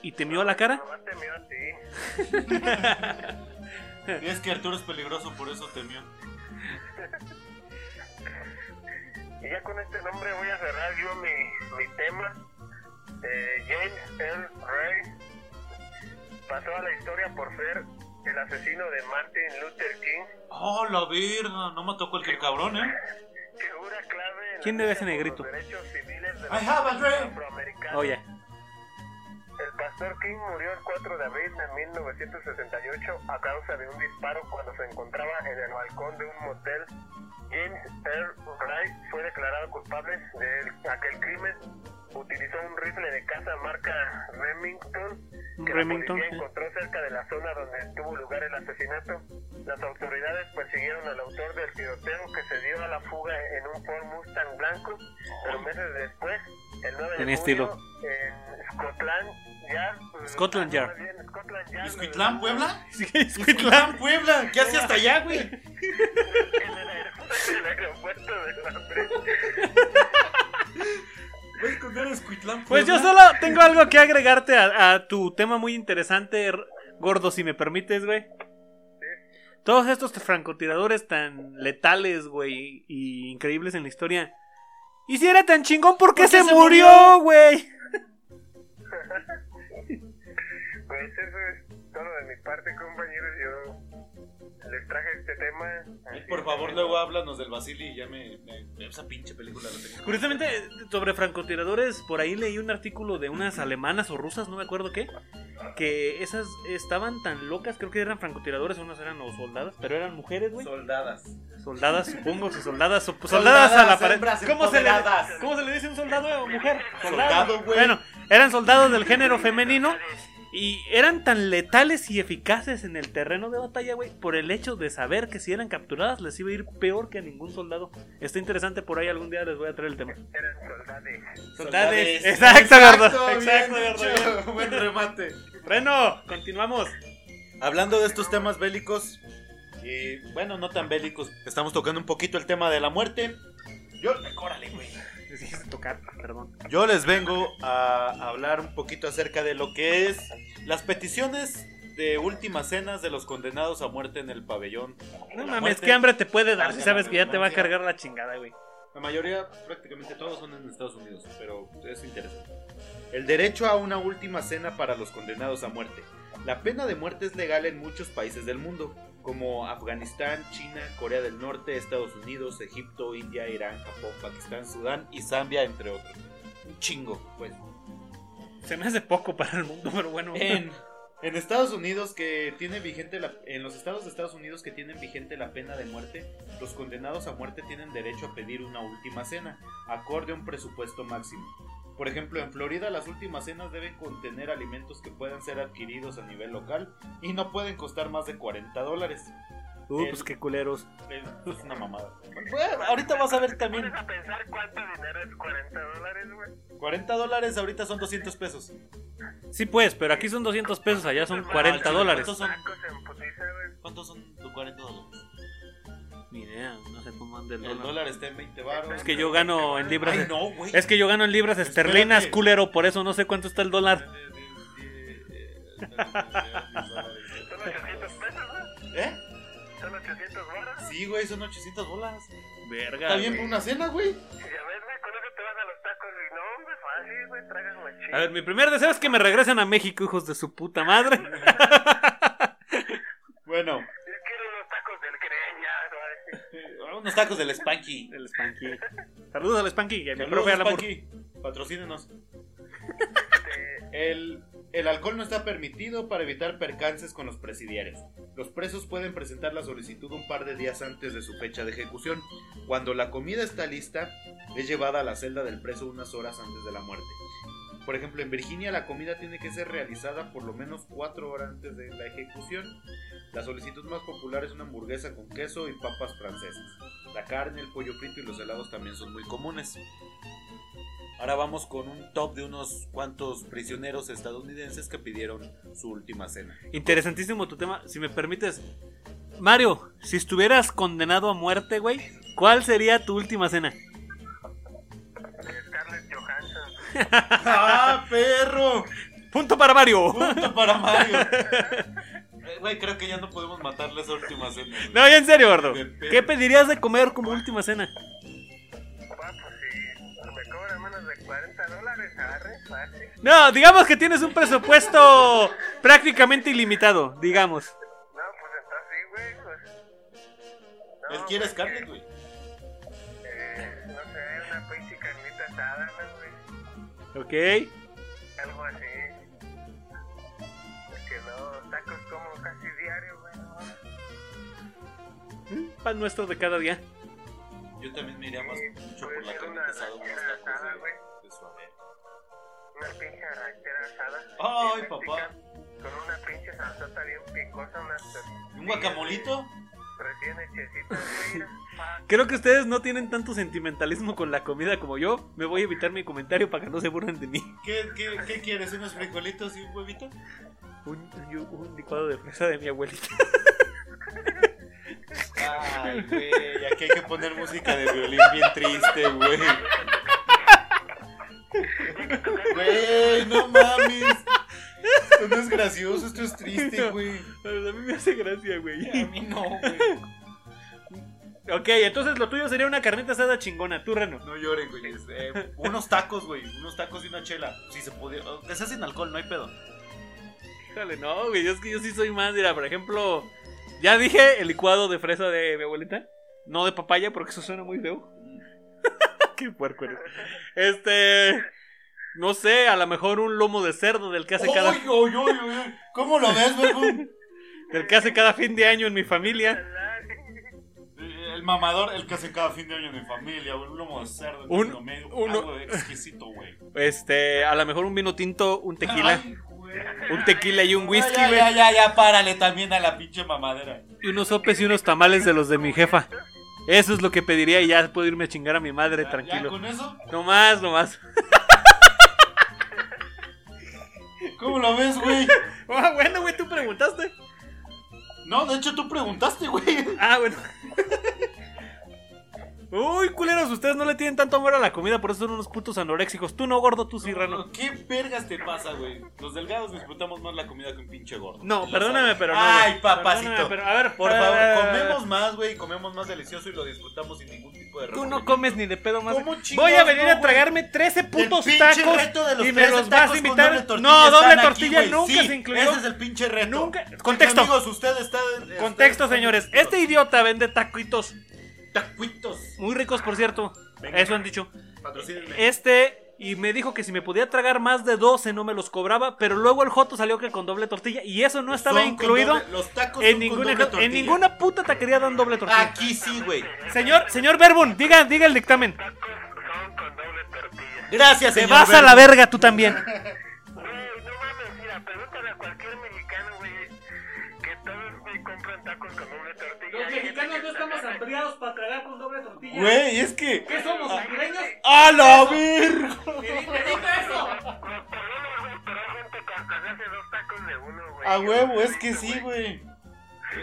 [SPEAKER 4] y temió a la cara.
[SPEAKER 3] Nomás te miro a ti.
[SPEAKER 1] Y es que Arturo es peligroso, por eso temió.
[SPEAKER 3] Y ya con este nombre voy a cerrar yo mi, mi tema. Eh, James L. Ray pasó a la historia por ser el asesino de Martin Luther King,
[SPEAKER 1] Oh, la verga, no mató cualquier cabrón, ¿eh?
[SPEAKER 3] figura clave en
[SPEAKER 4] ¿Quién
[SPEAKER 3] la
[SPEAKER 4] era
[SPEAKER 3] lucha
[SPEAKER 4] ese
[SPEAKER 3] por
[SPEAKER 4] negrito? Oh,
[SPEAKER 3] los derechos civiles de
[SPEAKER 1] I
[SPEAKER 3] los
[SPEAKER 1] have a dream.
[SPEAKER 3] afroamericanos.
[SPEAKER 1] Oh,
[SPEAKER 4] Oye,
[SPEAKER 3] El pastor King murió el 4 de abril de 1968 a causa de un disparo cuando se encontraba en el balcón de un motel. James Earl Wright fue declarado culpable de aquel crimen. Utilizó un rifle de caza marca Remington
[SPEAKER 4] un
[SPEAKER 1] [LAUGHS]
[SPEAKER 3] que
[SPEAKER 4] Remington.
[SPEAKER 3] la
[SPEAKER 4] sí.
[SPEAKER 3] policía encontró cerca de la zona donde tuvo lugar el asesinato. Las autoridades persiguieron al autor del tiroteo que se dio a la fuga en un Ford Mustang blanco, pero meses después, el 9
[SPEAKER 4] Tenía
[SPEAKER 3] de
[SPEAKER 4] estilo.
[SPEAKER 3] julio, en Scotland Yard... eh,
[SPEAKER 4] Scotland
[SPEAKER 3] ah, no,
[SPEAKER 4] Yard.
[SPEAKER 3] más bien, Scotland Yard,
[SPEAKER 1] ¿Iscuitlán, Puebla?
[SPEAKER 4] [LAUGHS] Sí, es
[SPEAKER 1] ¿Iscuitlán,
[SPEAKER 4] Cuitlán.
[SPEAKER 1] Puebla? ¿Qué hace hasta allá, güey?
[SPEAKER 3] En el aeropuerto, en el aeropuerto de Londres.
[SPEAKER 1] ¿Puedes contar Escuitlán, Puebla?
[SPEAKER 4] Pues yo solo tengo algo que agregarte a, a tu tema muy interesante, R- gordo, si me permites, güey. Todos estos francotiradores tan letales, güey, y increíbles en la historia. Y si era tan chingón, ¿por qué, se, murió, güey?
[SPEAKER 3] Pues eso es todo de mi parte, compañeros. Yo les traje este tema.
[SPEAKER 1] Ay, Por favor, luego háblanos del Basili y ya me, me- me- Esa pinche película la tengo.
[SPEAKER 4] Curiosamente, sobre francotiradores, por ahí leí un artículo de unas alemanas o rusas, no me acuerdo qué, que esas estaban tan locas, creo que eran francotiradores, unas eran o soldadas, pero eran mujeres, güey.
[SPEAKER 1] Soldadas.
[SPEAKER 4] Soldadas, supongo, si soldadas, o- pues, soldadas, a la
[SPEAKER 1] Soldadas,
[SPEAKER 4] pared.
[SPEAKER 1] hembras
[SPEAKER 4] ¿Cómo se, le,
[SPEAKER 1] empoderadas.
[SPEAKER 4] ¿Cómo se le dice a un soldado o mujer?
[SPEAKER 1] Soldado, güey.
[SPEAKER 4] Bueno, eran soldados del género femenino y eran tan letales y eficaces en el terreno de batalla, güey, por el hecho de saber que si eran capturadas les iba a ir peor que a ningún soldado. Está interesante por ahí, algún día les voy a traer el tema.
[SPEAKER 3] Eran soldados.
[SPEAKER 4] Soldades. Exacto, gordo. Exacto,
[SPEAKER 1] Exacto, bien
[SPEAKER 4] gordo,
[SPEAKER 1] dicho.
[SPEAKER 4] [LAUGHS]
[SPEAKER 1] Buen remate.
[SPEAKER 4] Bueno, continuamos.
[SPEAKER 1] Hablando de estos temas bélicos, y bueno, no tan bélicos, estamos tocando un poquito el tema de la muerte. Yo, órale, güey.
[SPEAKER 4] Decidiste tocar, perdón.
[SPEAKER 1] Yo les vengo a hablar un poquito acerca de lo que es las peticiones de últimas cenas de los condenados a muerte en el pabellón.
[SPEAKER 4] No
[SPEAKER 1] La
[SPEAKER 4] mames,
[SPEAKER 1] muerte.
[SPEAKER 4] qué hambre te puede dar si
[SPEAKER 1] Válgame
[SPEAKER 4] sabes que ya te va a
[SPEAKER 1] redundancia.
[SPEAKER 4] cargar la chingada, güey.
[SPEAKER 1] La mayoría, prácticamente todos son en Estados Unidos, pero es interesante. El derecho a una última cena para los condenados a muerte. La pena de muerte es legal en muchos países del mundo, como Afganistán, China, Corea del Norte, Estados Unidos, Egipto, India, Irán, Japón, Pakistán, Sudán y Zambia, entre otros. Un chingo, pues.
[SPEAKER 4] Se me hace poco para el mundo, pero bueno.
[SPEAKER 1] En, en Estados Unidos que tiene vigente la, en los estados de Estados Unidos que tienen vigente la pena de muerte, los condenados a muerte tienen derecho a pedir una última cena, acorde a un presupuesto máximo. Por ejemplo, en Florida las últimas cenas deben contener alimentos que puedan ser adquiridos a nivel local y no pueden costar más de 40 dólares.
[SPEAKER 4] Uh, pues qué culeros.
[SPEAKER 1] Eh, Es una mamada. Bueno, ahorita vas a ver también.
[SPEAKER 3] Pones a pensar cuánto dinero es 40 dólares, güey.
[SPEAKER 1] 40 dólares ahorita son 200 pesos.
[SPEAKER 4] Sí, pues, pero aquí son 200 pesos, allá son
[SPEAKER 3] Ah,
[SPEAKER 4] 40
[SPEAKER 1] chido,
[SPEAKER 4] dólares.
[SPEAKER 1] ¿cuántos son?
[SPEAKER 3] Tacos en putiza, güey.
[SPEAKER 1] ¿Cuántos son 40 dólares?
[SPEAKER 4] Ni idea, no sé cómo anda el
[SPEAKER 1] El
[SPEAKER 4] dólar.
[SPEAKER 1] dólar está en 20 baros.
[SPEAKER 4] Es que yo gano en libras.
[SPEAKER 1] Ay, no, güey.
[SPEAKER 4] Es que yo gano en libras
[SPEAKER 1] Espérate.
[SPEAKER 4] esterlinas, culero, por eso no sé cuánto está el dólar.
[SPEAKER 3] Son 800 pesos, ¿no?
[SPEAKER 1] ¿Eh?
[SPEAKER 3] 800 bolas.
[SPEAKER 1] Sí, güey, son 800 bolas.
[SPEAKER 4] Verga.
[SPEAKER 1] Está bien
[SPEAKER 4] güey.
[SPEAKER 1] por una cena, güey.
[SPEAKER 3] Y a ver, güey, con eso te vas a los tacos. Y no, hombre, fácil, güey, tragas machín.
[SPEAKER 4] A ver, mi primer deseo es que me regresen a México, hijos de su puta madre.
[SPEAKER 1] Bueno,
[SPEAKER 3] Yo quiero unos tacos del greña, güey.
[SPEAKER 1] unos tacos del Spanky.
[SPEAKER 4] [LAUGHS] El Spanky. Saludos al Spanky. y a mi
[SPEAKER 1] Saludos,
[SPEAKER 4] profe Alan Moore.
[SPEAKER 1] Spanky. Patrocínenos.
[SPEAKER 3] Este,
[SPEAKER 1] El, el alcohol no está permitido para evitar percances con los presidiarios. Los presos pueden presentar la solicitud un par de días antes de su fecha de ejecución. Cuando la comida está lista, es llevada a la celda del preso unas horas antes de la muerte. Por ejemplo, en Virginia la comida tiene que ser realizada por lo menos cuatro horas antes de la ejecución. La solicitud más popular es una hamburguesa con queso y papas francesas. La carne, el pollo frito y los helados también son muy comunes. Ahora vamos con un top de unos cuantos prisioneros estadounidenses que pidieron su última cena.
[SPEAKER 4] Interesantísimo tu tema. Si me permites, Mario, si estuvieras condenado a muerte, güey, ¿cuál sería tu última cena?
[SPEAKER 3] Scarlett Johansson.
[SPEAKER 1] [LAUGHS] ¡Ah, perro!
[SPEAKER 4] Punto para Mario.
[SPEAKER 1] Punto para Mario. Eh, Güey, creo que ya no podemos matarle esa última cena. güey.
[SPEAKER 4] No, ya en serio, gordo.
[SPEAKER 1] De pedo.
[SPEAKER 4] ¿Qué pedirías de comer como última cena?
[SPEAKER 3] Va, pues si me cobra menos de 40 dólares, agarre, fácil.
[SPEAKER 4] No, digamos que tienes un presupuesto prácticamente ilimitado, digamos.
[SPEAKER 3] No, pues está así, güey. Pues. No,
[SPEAKER 1] Él quiere
[SPEAKER 3] porque,
[SPEAKER 1] Scarlett, güey.
[SPEAKER 3] Eh, no sé, una pinche carnita asada, ¿no, güey.
[SPEAKER 4] Ok.
[SPEAKER 3] Algo así. Porque no, tacos como casi diario, güey. ¿no?
[SPEAKER 4] Mm, Pan nuestro de cada día.
[SPEAKER 1] Yo también me iría más mucho por la
[SPEAKER 3] Puede ser
[SPEAKER 1] carne
[SPEAKER 3] una
[SPEAKER 1] asada, unos
[SPEAKER 3] ranchera
[SPEAKER 1] tacos
[SPEAKER 3] asada,
[SPEAKER 1] de-
[SPEAKER 3] güey.
[SPEAKER 1] de suadero.
[SPEAKER 3] Una pinche arrachera asada.
[SPEAKER 1] Ay,
[SPEAKER 3] bien
[SPEAKER 1] papá.
[SPEAKER 3] mexica, Con una pinche salsota bien picosa, unas
[SPEAKER 1] ¿Y ¿Un guacamolito?
[SPEAKER 3] eh,
[SPEAKER 1] [LAUGHS]
[SPEAKER 3] recién hechecitas, güey. mira, pa,
[SPEAKER 4] Creo que ustedes no tienen tanto sentimentalismo con la comida como yo. Me voy a evitar mi comentario para que no se burlen de mí.
[SPEAKER 1] ¿Qué, qué, qué quieres? ¿Unos frijolitos y un huevito?
[SPEAKER 4] Un, un licuado de fresa de mi abuelita. [LAUGHS]
[SPEAKER 1] Ay, güey, aquí hay que poner música de violín bien triste, güey. Güey, no mames. Esto no es gracioso, esto es triste, güey.
[SPEAKER 4] A mí me hace gracia,
[SPEAKER 1] A
[SPEAKER 4] güey.
[SPEAKER 1] mí no, güey.
[SPEAKER 4] Ok, entonces lo tuyo sería una carnita asada chingona, tú, Reno.
[SPEAKER 1] No lloren, güey. es, eh, unos tacos, güey. Unos tacos y una chela. Si se pudiera. oh, Que sea sin alcohol, no hay pedo.
[SPEAKER 4] Híjole, no, güey, es que yo sí soy más. Mira, por ejemplo, ya dije el licuado de fresa de mi abuelita. No de papaya, porque eso suena muy feo. [LAUGHS] Qué puerco eres. Este. No sé, a lo mejor un lomo de cerdo del que hace cada,
[SPEAKER 1] ¡Oy, oy, oy, oy! ¿Cómo lo ves, güey?
[SPEAKER 4] del que hace cada fin de año en mi familia.
[SPEAKER 1] El mamador, el que hace cada fin de año en mi familia, güey. Un lomo de cerdo,
[SPEAKER 4] Un-
[SPEAKER 1] un, medio,
[SPEAKER 4] uno-
[SPEAKER 1] algo exquisito, güey.
[SPEAKER 4] Este, a lo mejor un vino tinto, un tequila.
[SPEAKER 1] Ay, güey.
[SPEAKER 4] Un tequila y un whisky,
[SPEAKER 1] ya,
[SPEAKER 4] güey.
[SPEAKER 1] ya, ya, ya, párale también a la pinche mamadera.
[SPEAKER 4] Y unos sopes y unos tamales de los de mi jefa. Eso es lo que pediría y ya puedo irme a chingar a mi madre,
[SPEAKER 1] Ya- Ya,
[SPEAKER 4] tranquilo.
[SPEAKER 1] con eso,
[SPEAKER 4] No más, no más.
[SPEAKER 1] ¿cómo lo ves, güey?
[SPEAKER 4] Ah, bueno, güey, tú preguntaste.
[SPEAKER 1] No, de hecho tú preguntaste, güey.
[SPEAKER 4] Ah, bueno. Uy, culeros, ustedes no le tienen tanto amor a la comida, por eso son unos putos anoréxicos. Tú no, gordo, tú sí, rano.
[SPEAKER 1] ¿Qué vergas te pasa, güey? Los delgados disfrutamos más la comida que un pinche gordo.
[SPEAKER 4] No,
[SPEAKER 1] Lo
[SPEAKER 4] perdóname,
[SPEAKER 1] sabes.
[SPEAKER 4] pero no.
[SPEAKER 1] Ay,
[SPEAKER 4] güey. Perdóname,
[SPEAKER 1] papacito.
[SPEAKER 4] pero- Ah. a ver,
[SPEAKER 1] Por
[SPEAKER 4] a ver, a ver, a
[SPEAKER 1] favor,
[SPEAKER 4] ver.
[SPEAKER 1] comemos más, güey, comemos más delicioso y lo disfrutamos sin ningún tipo de
[SPEAKER 4] Tú no
[SPEAKER 1] remordimiento.
[SPEAKER 4] comes ni de pedo más.
[SPEAKER 1] ¿Cómo chingados
[SPEAKER 4] Voy a venir
[SPEAKER 1] no,
[SPEAKER 4] a
[SPEAKER 1] güey?
[SPEAKER 4] tragarme 13
[SPEAKER 1] Del
[SPEAKER 4] putos
[SPEAKER 1] pinche
[SPEAKER 4] tacos
[SPEAKER 1] reto de los
[SPEAKER 4] y me
[SPEAKER 1] 13
[SPEAKER 4] los vas a
[SPEAKER 1] tacos con
[SPEAKER 4] invitar.
[SPEAKER 1] doble tortilla
[SPEAKER 4] no, doble
[SPEAKER 1] están aquí,
[SPEAKER 4] tortilla
[SPEAKER 1] güey.
[SPEAKER 4] nunca
[SPEAKER 1] Sí,
[SPEAKER 4] se incluyó.
[SPEAKER 1] Ese es el pinche reto.
[SPEAKER 4] Nunca-
[SPEAKER 1] Sí,
[SPEAKER 4] Contexto.
[SPEAKER 1] Amigos, usted está. está-
[SPEAKER 4] Contexto,
[SPEAKER 1] está-
[SPEAKER 4] señores. Este idiota vende taquitos
[SPEAKER 1] Tacuitos.
[SPEAKER 4] muy ricos, por cierto.
[SPEAKER 1] Venga.
[SPEAKER 4] Eso han dicho.
[SPEAKER 1] Patrocínenme.
[SPEAKER 4] Este, y me dijo que si me podía tragar más de 12 no me los cobraba, pero luego el Joto salió que con doble tortilla y eso no estaba
[SPEAKER 1] Son con
[SPEAKER 4] incluido
[SPEAKER 1] doble- los tacos son
[SPEAKER 4] en
[SPEAKER 1] con
[SPEAKER 4] ninguna,
[SPEAKER 1] doble
[SPEAKER 4] en
[SPEAKER 1] tortilla.
[SPEAKER 4] ninguna puta taquería dan doble tortilla.
[SPEAKER 1] Aquí sí, güey.
[SPEAKER 4] Señor, señor Verbun, diga, diga el dictamen.
[SPEAKER 3] tacos son con doble tortilla.
[SPEAKER 1] Gracias,
[SPEAKER 4] Te
[SPEAKER 1] señor.
[SPEAKER 4] vas a
[SPEAKER 1] Verde.
[SPEAKER 4] la verga tú también.
[SPEAKER 3] Güey, no mames, mira, pregúntale a cualquier mexicano, güey, que todos güey, compran tacos con doble tortilla. Hay gente que está-
[SPEAKER 4] hambriados para tragar con doble tortilla.
[SPEAKER 1] Güey, es que.
[SPEAKER 4] somos, hondureños?
[SPEAKER 1] ¡A la verga!
[SPEAKER 3] Los perrones, güey, pero hay gente que hasta se hace dos tacos de uno, güey.
[SPEAKER 1] A huevo, es que sí, güey.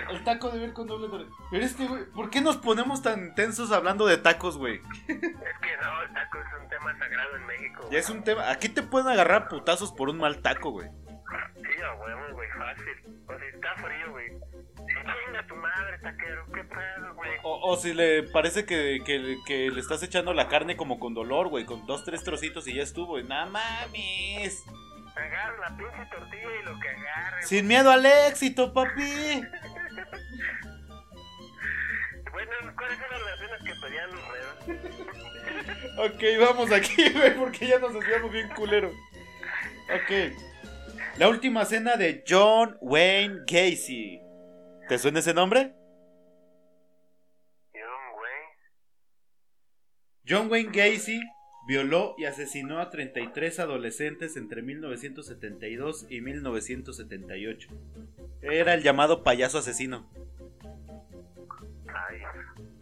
[SPEAKER 1] El taco de ver con doble tortilla. Pero es que, güey, ¿por qué nos ponemos tan tensos hablando de tacos, güey?
[SPEAKER 3] Es que no, el taco es un tema sagrado en México.
[SPEAKER 1] Ya es un tema. Aquí te pueden agarrar putazos por un mal taco, güey.
[SPEAKER 3] Sí, Sí, a huevo, güey, fácil. O si está frío, güey. Chinga tu madre, taquero, qué pedo, güey.
[SPEAKER 1] O, o si le parece que, que, que le estás echando la carne como con dolor, güey, con dos, tres trocitos y ya estuvo, güey. ¡No mames!
[SPEAKER 3] Agarra la pinche tortilla y lo que agarre.
[SPEAKER 1] Sin miedo al éxito, papi.
[SPEAKER 3] Bueno, ¿cuáles eran las cenas que pedían los reos?
[SPEAKER 1] Ok, vamos aquí, [LAUGHS] güey, porque ya nos hacíamos bien culero. Ok. La última cena de John Wayne Gacy. ¿Te suena ese nombre?
[SPEAKER 3] Y un güey.
[SPEAKER 1] John Wayne Gacy violó y asesinó a 33 adolescentes entre 1972 y 1978. Era el llamado payaso asesino.
[SPEAKER 3] Ay,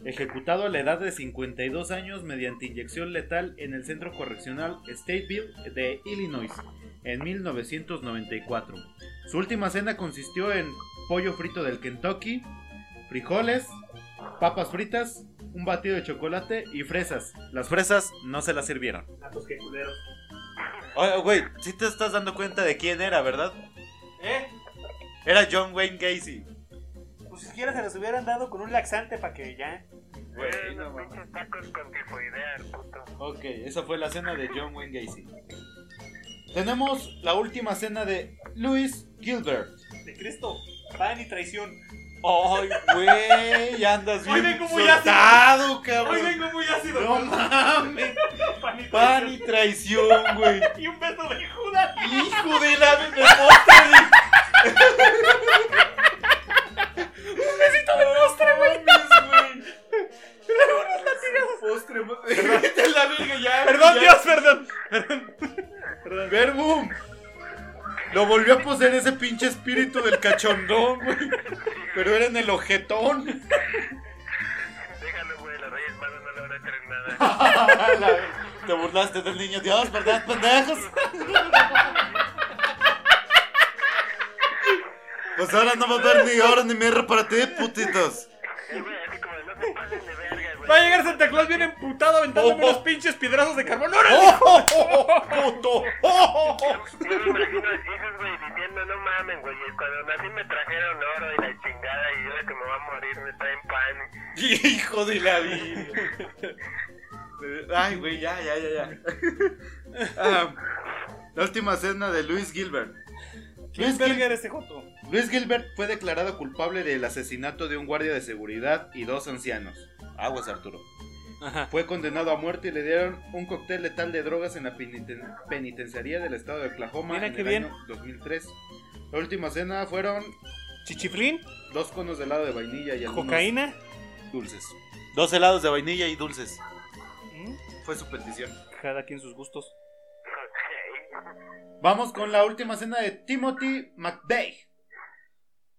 [SPEAKER 1] Ejecutado a la edad de 52 años mediante inyección letal en el centro correccional Stateville de Illinois en 1994. Su última cena consistió en pollo frito del Kentucky, frijoles, papas fritas, un batido de chocolate y fresas. Las fresas no se las sirvieron.
[SPEAKER 2] Ah, pues qué culero.
[SPEAKER 1] Oye, güey, si te estás dando cuenta de quién era, ¿verdad?
[SPEAKER 2] ¿Eh?
[SPEAKER 1] Era John Wayne Gacy.
[SPEAKER 2] Pues siquiera se los hubieran dado con un laxante para que ya.
[SPEAKER 3] güey, los pinches tacos con tifoidea, el puto.
[SPEAKER 1] Ok, esa fue la cena de John Wayne Gacy. Tenemos la última cena de Louis Gilbert.
[SPEAKER 2] De Cristo, pan y traición.
[SPEAKER 1] Ay, güey, ya andas
[SPEAKER 2] Hoy
[SPEAKER 1] bien
[SPEAKER 2] vengo muy ácido.
[SPEAKER 1] soltado, cabrón.
[SPEAKER 2] Hoy vengo muy ácido.
[SPEAKER 1] No mames,
[SPEAKER 2] pan y
[SPEAKER 1] pan y
[SPEAKER 2] traición.
[SPEAKER 1] traición, güey.
[SPEAKER 2] [LAUGHS] Y un beso de Judas.
[SPEAKER 1] Hijo de la me postre. Un besito de postre, güey.
[SPEAKER 2] Postre, ma-
[SPEAKER 1] Vete a la verga ya.
[SPEAKER 4] Perdón,
[SPEAKER 1] ya.
[SPEAKER 4] Dios, perdón.
[SPEAKER 2] Perdón.
[SPEAKER 1] Verbum. Lo volvió a poseer ese pinche espíritu del cachondón, güey. Pero era en el ojetón.
[SPEAKER 3] Déjalo, güey, los reyes magos no le van a hacer nada.
[SPEAKER 1] [LAUGHS] Te burlaste del niño Dios, ¿verdad, pendejos? Pues ahora no va a haber ni oro ni mierda para ti, putitos.
[SPEAKER 3] Eh, güey, así como no se pasen de verga, güey.
[SPEAKER 4] Va a llegar Santa Claus bien emputado aventándome
[SPEAKER 1] Oh, oh.
[SPEAKER 4] los pinches piedrazos de carbón. ¡Órale!
[SPEAKER 1] ¡Oh, oh, oh, puto! ¡Oh, oh, oh!
[SPEAKER 3] Yo me imagino a esos güey diciendo, no mamen, güey, cuando nací me trajeron oro y la chingada y ahora que me va a morir me traen pan.
[SPEAKER 1] Hijo de la vida. Ay, güey, ya, ya, ya, ya. Ah, la última cena de Luis Gilbert.
[SPEAKER 4] Luis Berger, ese joto.
[SPEAKER 1] Luis Gilbert fue declarado culpable del asesinato de un guardia de seguridad y dos ancianos. Aguas, Arturo.
[SPEAKER 4] Ajá.
[SPEAKER 1] Fue condenado a muerte y le dieron un cóctel letal de drogas en la peniten- penitenciaría del estado de Oklahoma
[SPEAKER 4] Mira
[SPEAKER 1] en
[SPEAKER 4] qué
[SPEAKER 1] el
[SPEAKER 4] bien.
[SPEAKER 1] año 2003. La última cena fueron
[SPEAKER 4] Chichiflín,
[SPEAKER 1] dos conos de helado de vainilla y algunos
[SPEAKER 4] cocaína.
[SPEAKER 1] dulces. Dos helados de vainilla y dulces.
[SPEAKER 4] ¿Mm?
[SPEAKER 1] Fue su petición.
[SPEAKER 4] Cada quien sus gustos.
[SPEAKER 1] Vamos con la última cena de Timothy McVeigh.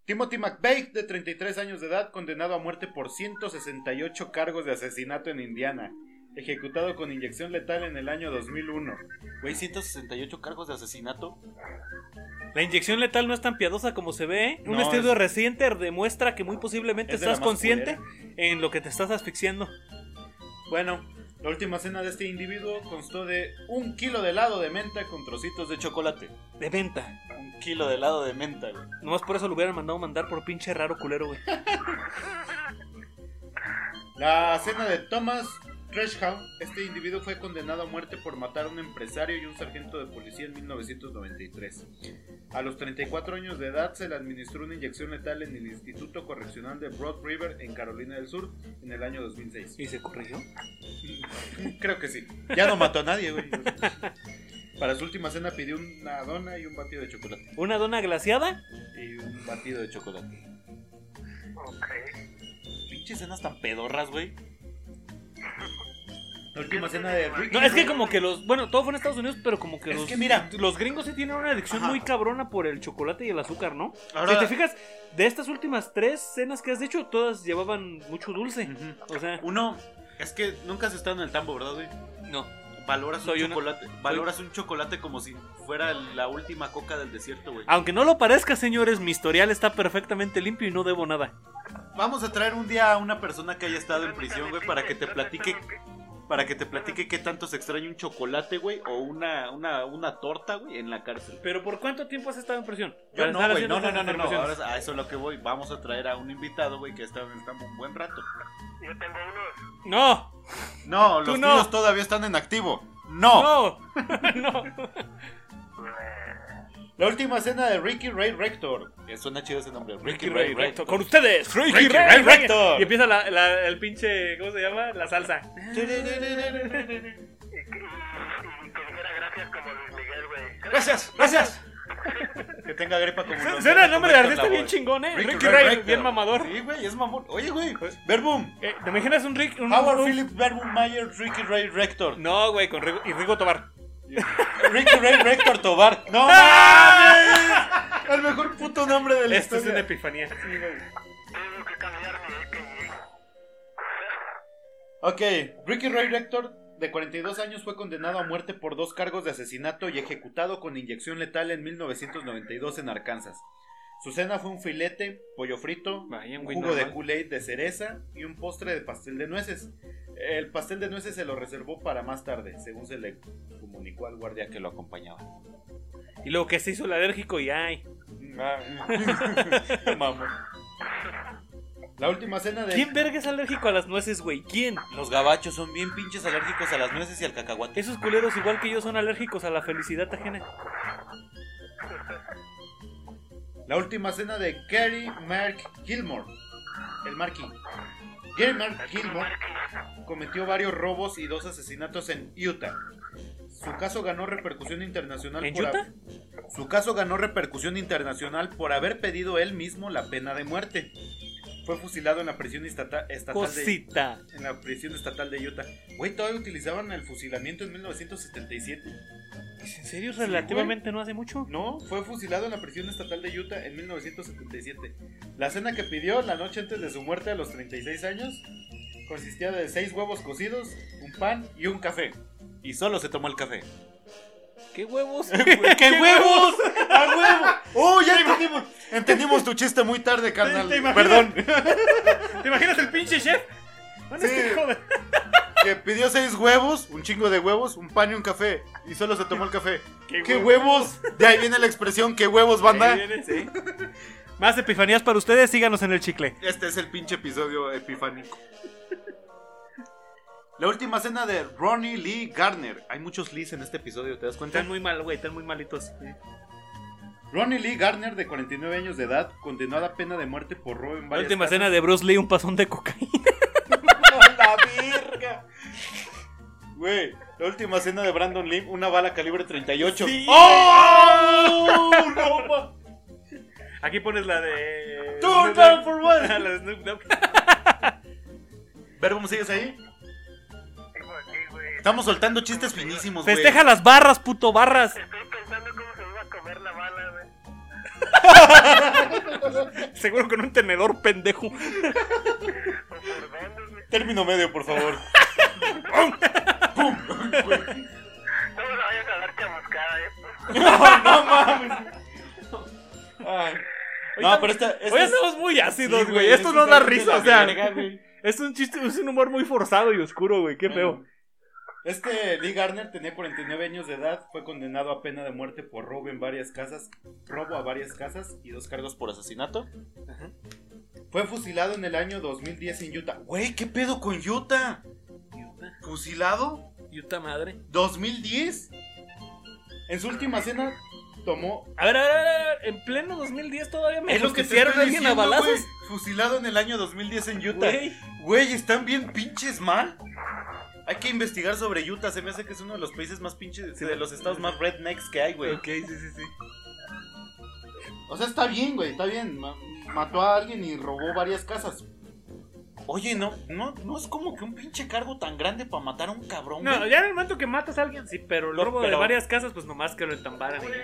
[SPEAKER 1] Timothy McVeigh, de 33 años de edad, condenado a muerte por 168 cargos de asesinato en Indiana, ejecutado con inyección letal en el año 2001. Güey, 168 cargos de asesinato.
[SPEAKER 4] La inyección letal no es tan piadosa como se ve. ¿eh? Un
[SPEAKER 1] No,
[SPEAKER 4] estudio
[SPEAKER 1] es-
[SPEAKER 4] reciente demuestra que muy posiblemente
[SPEAKER 1] Es de la
[SPEAKER 4] estás
[SPEAKER 1] más
[SPEAKER 4] consciente en lo que te estás asfixiando.
[SPEAKER 1] Bueno, la última cena de este individuo constó de un kilo de helado de menta con trocitos de chocolate.
[SPEAKER 4] De venta.
[SPEAKER 1] Un kilo de helado de menta, güey.
[SPEAKER 4] Nomás por eso lo hubieran mandado mandar por pinche raro culero, güey.
[SPEAKER 1] La cena de Thomas Treshhound, este individuo fue condenado a muerte por matar a un empresario y un sargento de policía en 1993. A los 34 años de edad se le administró una inyección letal en el Instituto Correccional de Broad River en Carolina del Sur en el año 2006. [LAUGHS]
[SPEAKER 4] ¿Y se corrigió?
[SPEAKER 1] Creo que sí. Ya no mató a nadie, güey. Para su última cena pidió una dona y un batido de chocolate.
[SPEAKER 4] ¿Una dona glaciada?
[SPEAKER 1] Y un batido de chocolate.
[SPEAKER 3] Ok.
[SPEAKER 1] Pinches cenas tan pedorras, güey. La última cena de Ricky.
[SPEAKER 4] No, es que como que los. Bueno, todo fue en Estados Unidos, pero como que
[SPEAKER 1] Es
[SPEAKER 4] los.
[SPEAKER 1] que mira.
[SPEAKER 4] Los gringos sí tienen una adicción
[SPEAKER 1] Ajá.
[SPEAKER 4] muy cabrona por el chocolate y el azúcar, ¿no?
[SPEAKER 1] Ahora-
[SPEAKER 4] Si te fijas, de estas últimas tres cenas que has dicho, todas llevaban mucho dulce.
[SPEAKER 1] Ujú.
[SPEAKER 4] O sea,
[SPEAKER 1] Uno, es que nunca has estado en el tambo, ¿verdad, güey?
[SPEAKER 4] no.
[SPEAKER 1] Valoras
[SPEAKER 4] Soy
[SPEAKER 1] un
[SPEAKER 4] una-
[SPEAKER 1] chocolate. Valoras un chocolate como si fuera la última coca del desierto, güey.
[SPEAKER 4] Aunque no lo parezca, señores, mi historial está perfectamente limpio y no debo nada.
[SPEAKER 1] Vamos a traer un día a una persona que haya estado en
[SPEAKER 3] ¿Dónde está
[SPEAKER 1] prisión,
[SPEAKER 3] mi
[SPEAKER 1] güey, para
[SPEAKER 3] pinche-
[SPEAKER 1] que te
[SPEAKER 3] dónde
[SPEAKER 1] platique
[SPEAKER 3] está mi pi-
[SPEAKER 1] para que te platique qué tanto se extraña un chocolate, güey, o una, una, una torta, güey, en la cárcel.
[SPEAKER 4] ¿Pero por cuánto tiempo has estado en prisión?
[SPEAKER 1] Yo
[SPEAKER 4] Para
[SPEAKER 1] no,
[SPEAKER 4] estar
[SPEAKER 1] güey,
[SPEAKER 4] haciendo
[SPEAKER 1] no, no, no,
[SPEAKER 4] estas
[SPEAKER 1] no, no,
[SPEAKER 4] afirmaciones.
[SPEAKER 1] ahora a eso es lo que voy. Vamos a traer a un invitado, güey, que está, está un buen rato.
[SPEAKER 3] Yo tengo unos.
[SPEAKER 4] No,
[SPEAKER 1] No,
[SPEAKER 4] Tú
[SPEAKER 1] los
[SPEAKER 4] no.
[SPEAKER 1] tuyos todavía están en activo. No.
[SPEAKER 4] no, [LAUGHS] no.
[SPEAKER 1] La última cena de Ricky Ray Rector. Eh, Suena chido ese nombre. Ricky, Ray, Rector.
[SPEAKER 4] Con ustedes, Ricky,
[SPEAKER 1] Ricky
[SPEAKER 4] Ray,
[SPEAKER 1] Ray
[SPEAKER 4] Rector.
[SPEAKER 1] Rector.
[SPEAKER 4] Y empieza la, la- el pinche, ¿cómo se llama? La salsa.
[SPEAKER 3] Y que, y que dijera gracias como Luis Miguel, güey.
[SPEAKER 1] Gracias, gracias. que tenga gripa como
[SPEAKER 4] Su-
[SPEAKER 1] los-
[SPEAKER 4] Suena el nombre de
[SPEAKER 1] Roberto
[SPEAKER 4] artista bien
[SPEAKER 1] Lavoe.
[SPEAKER 4] chingón, ¿eh? Ricky,
[SPEAKER 1] Ray
[SPEAKER 4] Ray,
[SPEAKER 1] Rector.
[SPEAKER 4] bien mamador.
[SPEAKER 1] Sí, güey, es mamón. Oye, güey, Verbum.
[SPEAKER 4] Eh, ¿Te imaginas un Rick? Un,
[SPEAKER 1] Howard
[SPEAKER 4] un-
[SPEAKER 1] Philip Verbum Mayer Ricky Ray Rector.
[SPEAKER 4] No, güey, con Rigo, y Rigo Tobar.
[SPEAKER 1] Ricky Ray Rector Tobar.
[SPEAKER 4] [LAUGHS]
[SPEAKER 1] ¡No mames! El mejor puto nombre de la
[SPEAKER 4] Esto ¡Ah! Este es una
[SPEAKER 1] historia.
[SPEAKER 4] epifanía.
[SPEAKER 3] Tengo que cambiar mi AKA.
[SPEAKER 1] Ok, Ricky Ray Rector, de 42 años, fue condenado a muerte por dos cargos de asesinato y ejecutado con inyección letal en 1992 en Arkansas. Su cena fue un filete, pollo frito,
[SPEAKER 4] Vaya,
[SPEAKER 1] un
[SPEAKER 4] güey,
[SPEAKER 1] jugo de
[SPEAKER 4] normal.
[SPEAKER 1] Kool-Aid de cereza y un postre de pastel de nueces. El pastel de nueces se lo reservó para más tarde, según se le comunicó al guardia que lo acompañaba.
[SPEAKER 4] Y luego que se hizo el alérgico y ay.
[SPEAKER 1] Mm, ah, [LAUGHS] Mamón. mm. La última cena de...
[SPEAKER 4] ¿Quién verga es alérgico a las nueces, güey? ¿Quién?
[SPEAKER 1] Los gabachos son bien pinches alérgicos a las nueces y al cacahuate.
[SPEAKER 4] Esos culeros igual que yo son alérgicos a la felicidad ajena.
[SPEAKER 1] La última cena de Gary Mark Gilmore. El Marky. Gary Mark Gilmore cometió varios robos y dos asesinatos en Utah. Su caso ganó repercusión internacional
[SPEAKER 4] ¿En
[SPEAKER 1] por hab-
[SPEAKER 4] Utah?
[SPEAKER 1] Su caso ganó repercusión internacional por haber pedido él mismo la pena de muerte. Fue fusilado en la prisión estata- estatal de
[SPEAKER 4] Cosita.
[SPEAKER 1] en la prisión estatal de Utah. Güey, todavía utilizaban el fusilamiento en 1977.
[SPEAKER 4] ¿En serio?
[SPEAKER 1] güey.
[SPEAKER 4] Relativamente no hace mucho.
[SPEAKER 1] No, fue fusilado en la prisión estatal de Utah en 1977. La cena que pidió la noche antes de su muerte a los 36 años consistía de seis huevos cocidos, un pan y un café. Y solo se tomó el café. [LAUGHS]
[SPEAKER 4] ¿Qué huevos?
[SPEAKER 1] ¡Qué huevos! ¡A huevo! ¡Oh, ya entendimos! Entendimos tu chiste muy tarde, carnal.
[SPEAKER 4] ¿Te imaginas?
[SPEAKER 1] Perdón.
[SPEAKER 4] [LAUGHS] ¿Te imaginas el pinche chef? ¿Dónde
[SPEAKER 1] Sí.
[SPEAKER 4] está, joder?
[SPEAKER 1] Que pidió seis huevos, un chingo de huevos, un pan y un café. Y solo se tomó el café.
[SPEAKER 4] ¿Qué
[SPEAKER 1] ¡Qué huevos! De ahí viene la expresión, ¡qué huevos, banda!
[SPEAKER 4] Ahí viene, sí. Más epifanías para ustedes, síganos en el chicle.
[SPEAKER 1] Este es el pinche episodio epifánico. La última cena de Ronnie Lee Garner. Hay muchos Lees en este episodio, ¿te das cuenta?
[SPEAKER 4] Están muy mal, güey, están muy malitos.
[SPEAKER 1] Ronnie Lee Garner, de 49 años de edad, condenada a pena de muerte por robo en
[SPEAKER 4] La
[SPEAKER 1] varias
[SPEAKER 4] última
[SPEAKER 1] casas.
[SPEAKER 4] cena de Bruce Lee, un pasón de cocaína.
[SPEAKER 1] [LAUGHS] ¡La verga! Güey, la última cena de Brandon Lee, una bala calibre 38.
[SPEAKER 4] Sí.
[SPEAKER 1] ¡Oh! ¡No, ma-
[SPEAKER 4] Aquí pones la de. Ah,
[SPEAKER 1] Turn down for Pues, what?
[SPEAKER 4] La de Snoop Dogg.
[SPEAKER 1] Verbum, ¿sigues ahí?
[SPEAKER 3] Digo aquí, güey.
[SPEAKER 1] Estamos soltando chistes finísimos, güey.
[SPEAKER 4] Festeja las barras, puto barras.
[SPEAKER 3] Estoy pensando cómo se iba a comer la bala, güey.
[SPEAKER 4] Seguro con un tenedor pendejo.
[SPEAKER 3] O por dónde, güey.
[SPEAKER 1] Término medio, por favor.
[SPEAKER 3] No me la vayas a dar chamuscada, eh.
[SPEAKER 1] ¡No mames! Ay. No, pero esta... esta
[SPEAKER 4] Hoy
[SPEAKER 1] es-
[SPEAKER 4] estamos muy ácidos,
[SPEAKER 1] Sí,
[SPEAKER 4] güey. Esto
[SPEAKER 1] es
[SPEAKER 4] no da
[SPEAKER 1] totalmente
[SPEAKER 4] risa,
[SPEAKER 1] la
[SPEAKER 4] o sea.
[SPEAKER 1] verga, güey.
[SPEAKER 4] Es un chiste, es un humor muy forzado y oscuro, güey. Qué feo.
[SPEAKER 1] Este Lee Garner tenía 49 años de edad, fue condenado a pena de muerte por robo en varias casas, robo a varias casas y dos cargos por asesinato. Fue fusilado en el año 2010 en Utah. Güey, ¿qué pedo con Utah? ¿Fusilado?
[SPEAKER 4] Yuta madre.
[SPEAKER 1] ¿2010? En su última cena tomó
[SPEAKER 4] A ver, a ver, a ver, a ver, En pleno 2010 todavía me
[SPEAKER 1] Es lo que te
[SPEAKER 4] justiciaron
[SPEAKER 1] estoy
[SPEAKER 4] a alguien a
[SPEAKER 1] diciendo,
[SPEAKER 4] balazos.
[SPEAKER 1] güey. Fusilado en el año 2010 en Utah.
[SPEAKER 4] Güey.
[SPEAKER 1] Güey, están bien pinches mal. Hay que investigar sobre Utah. Se me hace que es uno de los países más pinches.
[SPEAKER 4] Sí.
[SPEAKER 1] de los estados más rednecks que hay, güey.
[SPEAKER 4] Ok, sí, sí, sí.
[SPEAKER 1] O sea, está bien, güey. Está bien. Ma- mató a alguien y robó varias casas. Oye, no, no, no es como que un pinche cargo tan grande para matar a un cabrón.
[SPEAKER 4] No,
[SPEAKER 1] güey.
[SPEAKER 4] ya en el momento que matas a alguien, sí, pero el
[SPEAKER 1] No,
[SPEAKER 4] robo de
[SPEAKER 1] pero-
[SPEAKER 4] varias casas, pues nomás que lo entambaran. y-
[SPEAKER 3] Güey,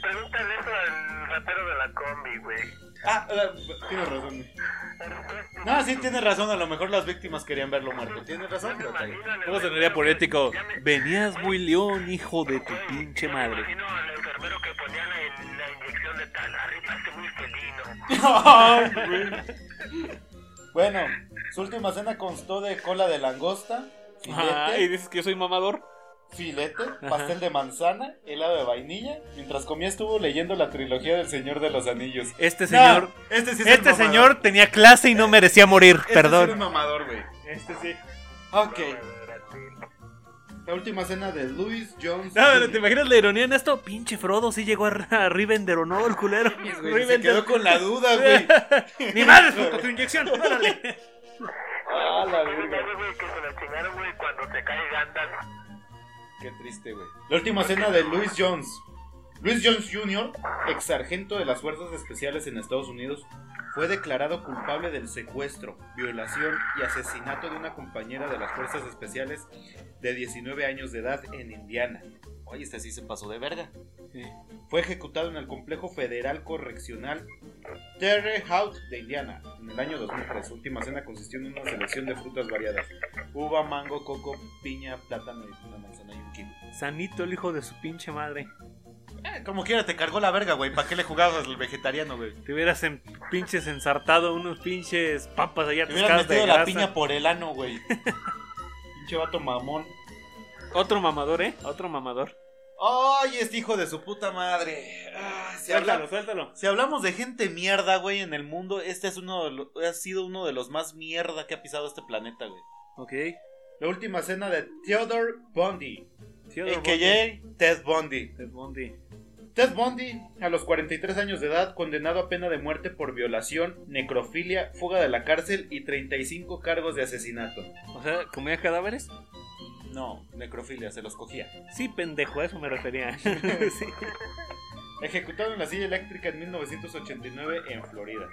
[SPEAKER 3] pregúntale eso al ratero de la combi, güey.
[SPEAKER 1] Ah, ah, tienes razón. güey. No, sí, tienes razón. A lo mejor las víctimas querían verlo muerto. Tienes razón, pero [LAUGHS] está bien.
[SPEAKER 4] ¿Cómo sonaría poético?
[SPEAKER 3] [LAUGHS]
[SPEAKER 4] Venías muy león, hijo de tu pinche
[SPEAKER 3] Me
[SPEAKER 4] madre.
[SPEAKER 3] imagino al enfermero que ponía la, la inyección de tal. Arriba este muy felino.
[SPEAKER 1] bueno, su última cena constó de cola de langosta,
[SPEAKER 4] Ajá, y
[SPEAKER 1] filete,
[SPEAKER 4] dices que yo soy mamador.
[SPEAKER 1] filete, pastel de manzana, helado de vainilla. Mientras comía estuvo leyendo la trilogía del Señor de los Anillos.
[SPEAKER 4] Este
[SPEAKER 1] No,
[SPEAKER 4] señor.
[SPEAKER 1] este sí es
[SPEAKER 5] Este
[SPEAKER 1] un mamador.
[SPEAKER 5] señor tenía clase y no merecía morir,
[SPEAKER 1] Este sí es un
[SPEAKER 5] perdón.
[SPEAKER 1] mamador, güey.
[SPEAKER 2] Este sí.
[SPEAKER 1] Ok. La última cena de Louis Jones.
[SPEAKER 4] No, pero
[SPEAKER 1] Jr..
[SPEAKER 4] ¿te imaginas la ironía en esto? Pinche Frodo sí llegó a, a Rivendell o no, el culero.
[SPEAKER 1] Güey, se
[SPEAKER 4] Rivendell.
[SPEAKER 1] quedó con la
[SPEAKER 4] [LAUGHS]
[SPEAKER 1] duda, güey.
[SPEAKER 4] Ni madre, puto, tu inyección, órale.
[SPEAKER 1] Ah, la verga.
[SPEAKER 3] Dale, güey, que se la chingaron, güey, cuando se cae Gandalf.
[SPEAKER 1] Qué triste, güey. La última cena de Louis Jones. Louis Jones Jr., ex sargento de las Fuerzas Especiales en Estados Unidos, fue declarado culpable del secuestro, violación y asesinato de una compañera de las Fuerzas Especiales de 19 años de edad en Indiana. Oye, este sí se pasó de verga. Fue ejecutado en el complejo federal correccional Terre Haute de Indiana en el año 2003. Su última cena consistió en una selección de frutas variadas: uva, mango, coco, piña, plátano y una manzana y un kiwi.
[SPEAKER 4] Sanito el hijo de su pinche madre.
[SPEAKER 1] Eh, Como quiera, te cargó la verga, güey. ¿Para qué le jugabas al vegetariano, güey?
[SPEAKER 4] Te hubieras en- pinches ensartado unos pinches papas allá
[SPEAKER 1] Te hubieras
[SPEAKER 4] atascadas de
[SPEAKER 1] metido la
[SPEAKER 4] grasa.
[SPEAKER 1] piña por el ano, güey. [LAUGHS] Pinche vato mamón.
[SPEAKER 4] Otro mamador, ¿eh? Otro mamador.
[SPEAKER 1] ¡Ay, este hijo de su puta madre! Ah, si, habla-
[SPEAKER 4] suéltalo.
[SPEAKER 1] si hablamos de gente mierda, güey, en el mundo, este es uno de lo- ha sido uno de los más mierda que ha pisado este planeta, güey.
[SPEAKER 4] Ok.
[SPEAKER 1] La última cena de Theodore Bundy,
[SPEAKER 4] Theodore Bundy.
[SPEAKER 1] a.k.a. Ted Bundy.
[SPEAKER 4] Ted Bundy.
[SPEAKER 1] Ted Bundy, a los 43 años de edad, condenado a pena de muerte por violación, necrofilia, fuga de la cárcel y 35 cargos de asesinato.
[SPEAKER 4] O sea, ¿comía cadáveres?
[SPEAKER 1] No, necrofilia, se los cogía.
[SPEAKER 4] Sí, pendejo, a eso me refería. [LAUGHS] Sí.
[SPEAKER 1] Ejecutado en la silla eléctrica en 1989 en Florida.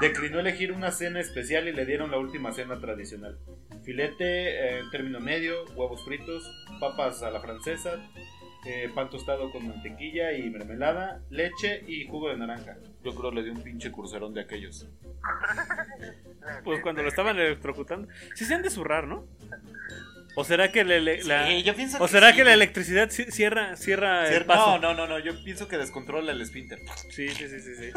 [SPEAKER 1] Declinó elegir una cena especial y le dieron la última cena tradicional. Filete, eh, término medio, huevos fritos, papas a la francesa, eh, pan tostado con mantequilla y mermelada, leche y jugo de naranja. Yo creo le dio un pinche curserón de aquellos.
[SPEAKER 4] Pues cuando lo estaban electrocutando. Sí se han de zurrar, ¿no? ¿O será que le- le- la...
[SPEAKER 1] Sí, yo pienso
[SPEAKER 4] ¿O será
[SPEAKER 1] sí,
[SPEAKER 4] que la
[SPEAKER 1] güey.
[SPEAKER 4] electricidad ci- cierra, cierra el
[SPEAKER 1] Cier-
[SPEAKER 4] paso?
[SPEAKER 1] No, no, no, no, yo pienso que descontrola el esfínter.
[SPEAKER 4] Sí, sí,
[SPEAKER 1] [LAUGHS]
[SPEAKER 4] sí, sí. sí.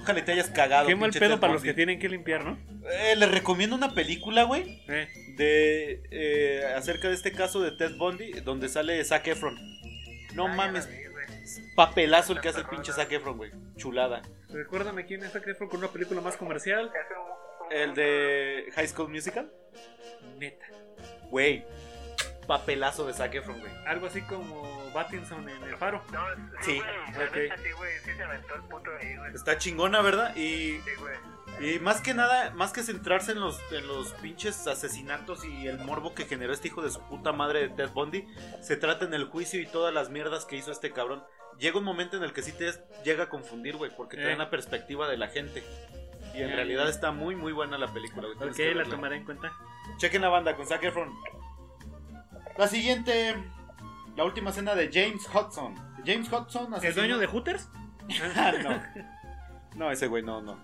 [SPEAKER 1] Ojalá y te hayas cagado.
[SPEAKER 4] Qué mal
[SPEAKER 1] pinche
[SPEAKER 4] pedo
[SPEAKER 1] Ted
[SPEAKER 4] para los que
[SPEAKER 1] Bundy.
[SPEAKER 4] tienen que limpiar, ¿no?
[SPEAKER 1] Eh, les recomiendo una película, güey,
[SPEAKER 4] Eh,
[SPEAKER 1] de eh, acerca de este caso de Ted Bundy, donde sale Zac Efron. No
[SPEAKER 3] Ay,
[SPEAKER 1] mames,
[SPEAKER 3] la vi, güey.
[SPEAKER 1] papelazo el que hace el pinche Zac Efron, güey. Chulada.
[SPEAKER 4] Recuérdame quién es Zac Efron con una película más comercial.
[SPEAKER 3] Es un- un-
[SPEAKER 1] El de High School Musical,
[SPEAKER 4] Neta.
[SPEAKER 1] güey. Papelazo de Zac Efron, güey.
[SPEAKER 4] Algo así como Battinson en el faro.
[SPEAKER 3] No,
[SPEAKER 1] Sí,
[SPEAKER 3] sí, güey, la
[SPEAKER 4] ok.
[SPEAKER 3] neta sí, güey, sí se aventó el puto ahí, güey.
[SPEAKER 1] Está chingona, ¿verdad? Y
[SPEAKER 3] Sí, güey.
[SPEAKER 1] Y más que nada, más que centrarse en los, en los pinches asesinatos y el morbo que generó este hijo de su puta madre de Ted Bundy, se trata en el juicio y todas las mierdas que hizo este cabrón. Llega un momento en el que sí te llega a confundir, güey, porque te
[SPEAKER 4] Eh.
[SPEAKER 1] da una perspectiva de la gente. Y en
[SPEAKER 4] Eh.
[SPEAKER 1] realidad está muy, muy buena la película, güey. Tienes
[SPEAKER 4] Ok,
[SPEAKER 1] que
[SPEAKER 4] la
[SPEAKER 1] verla.
[SPEAKER 4] tomaré en cuenta.
[SPEAKER 1] Chequen la banda con Zac Efron. La siguiente, la última cena de James Hudson. James Hudson,
[SPEAKER 4] ¿El
[SPEAKER 1] asesino-
[SPEAKER 4] dueño de Hooters?
[SPEAKER 1] Ah, [LAUGHS] no. No, ese güey, no, no.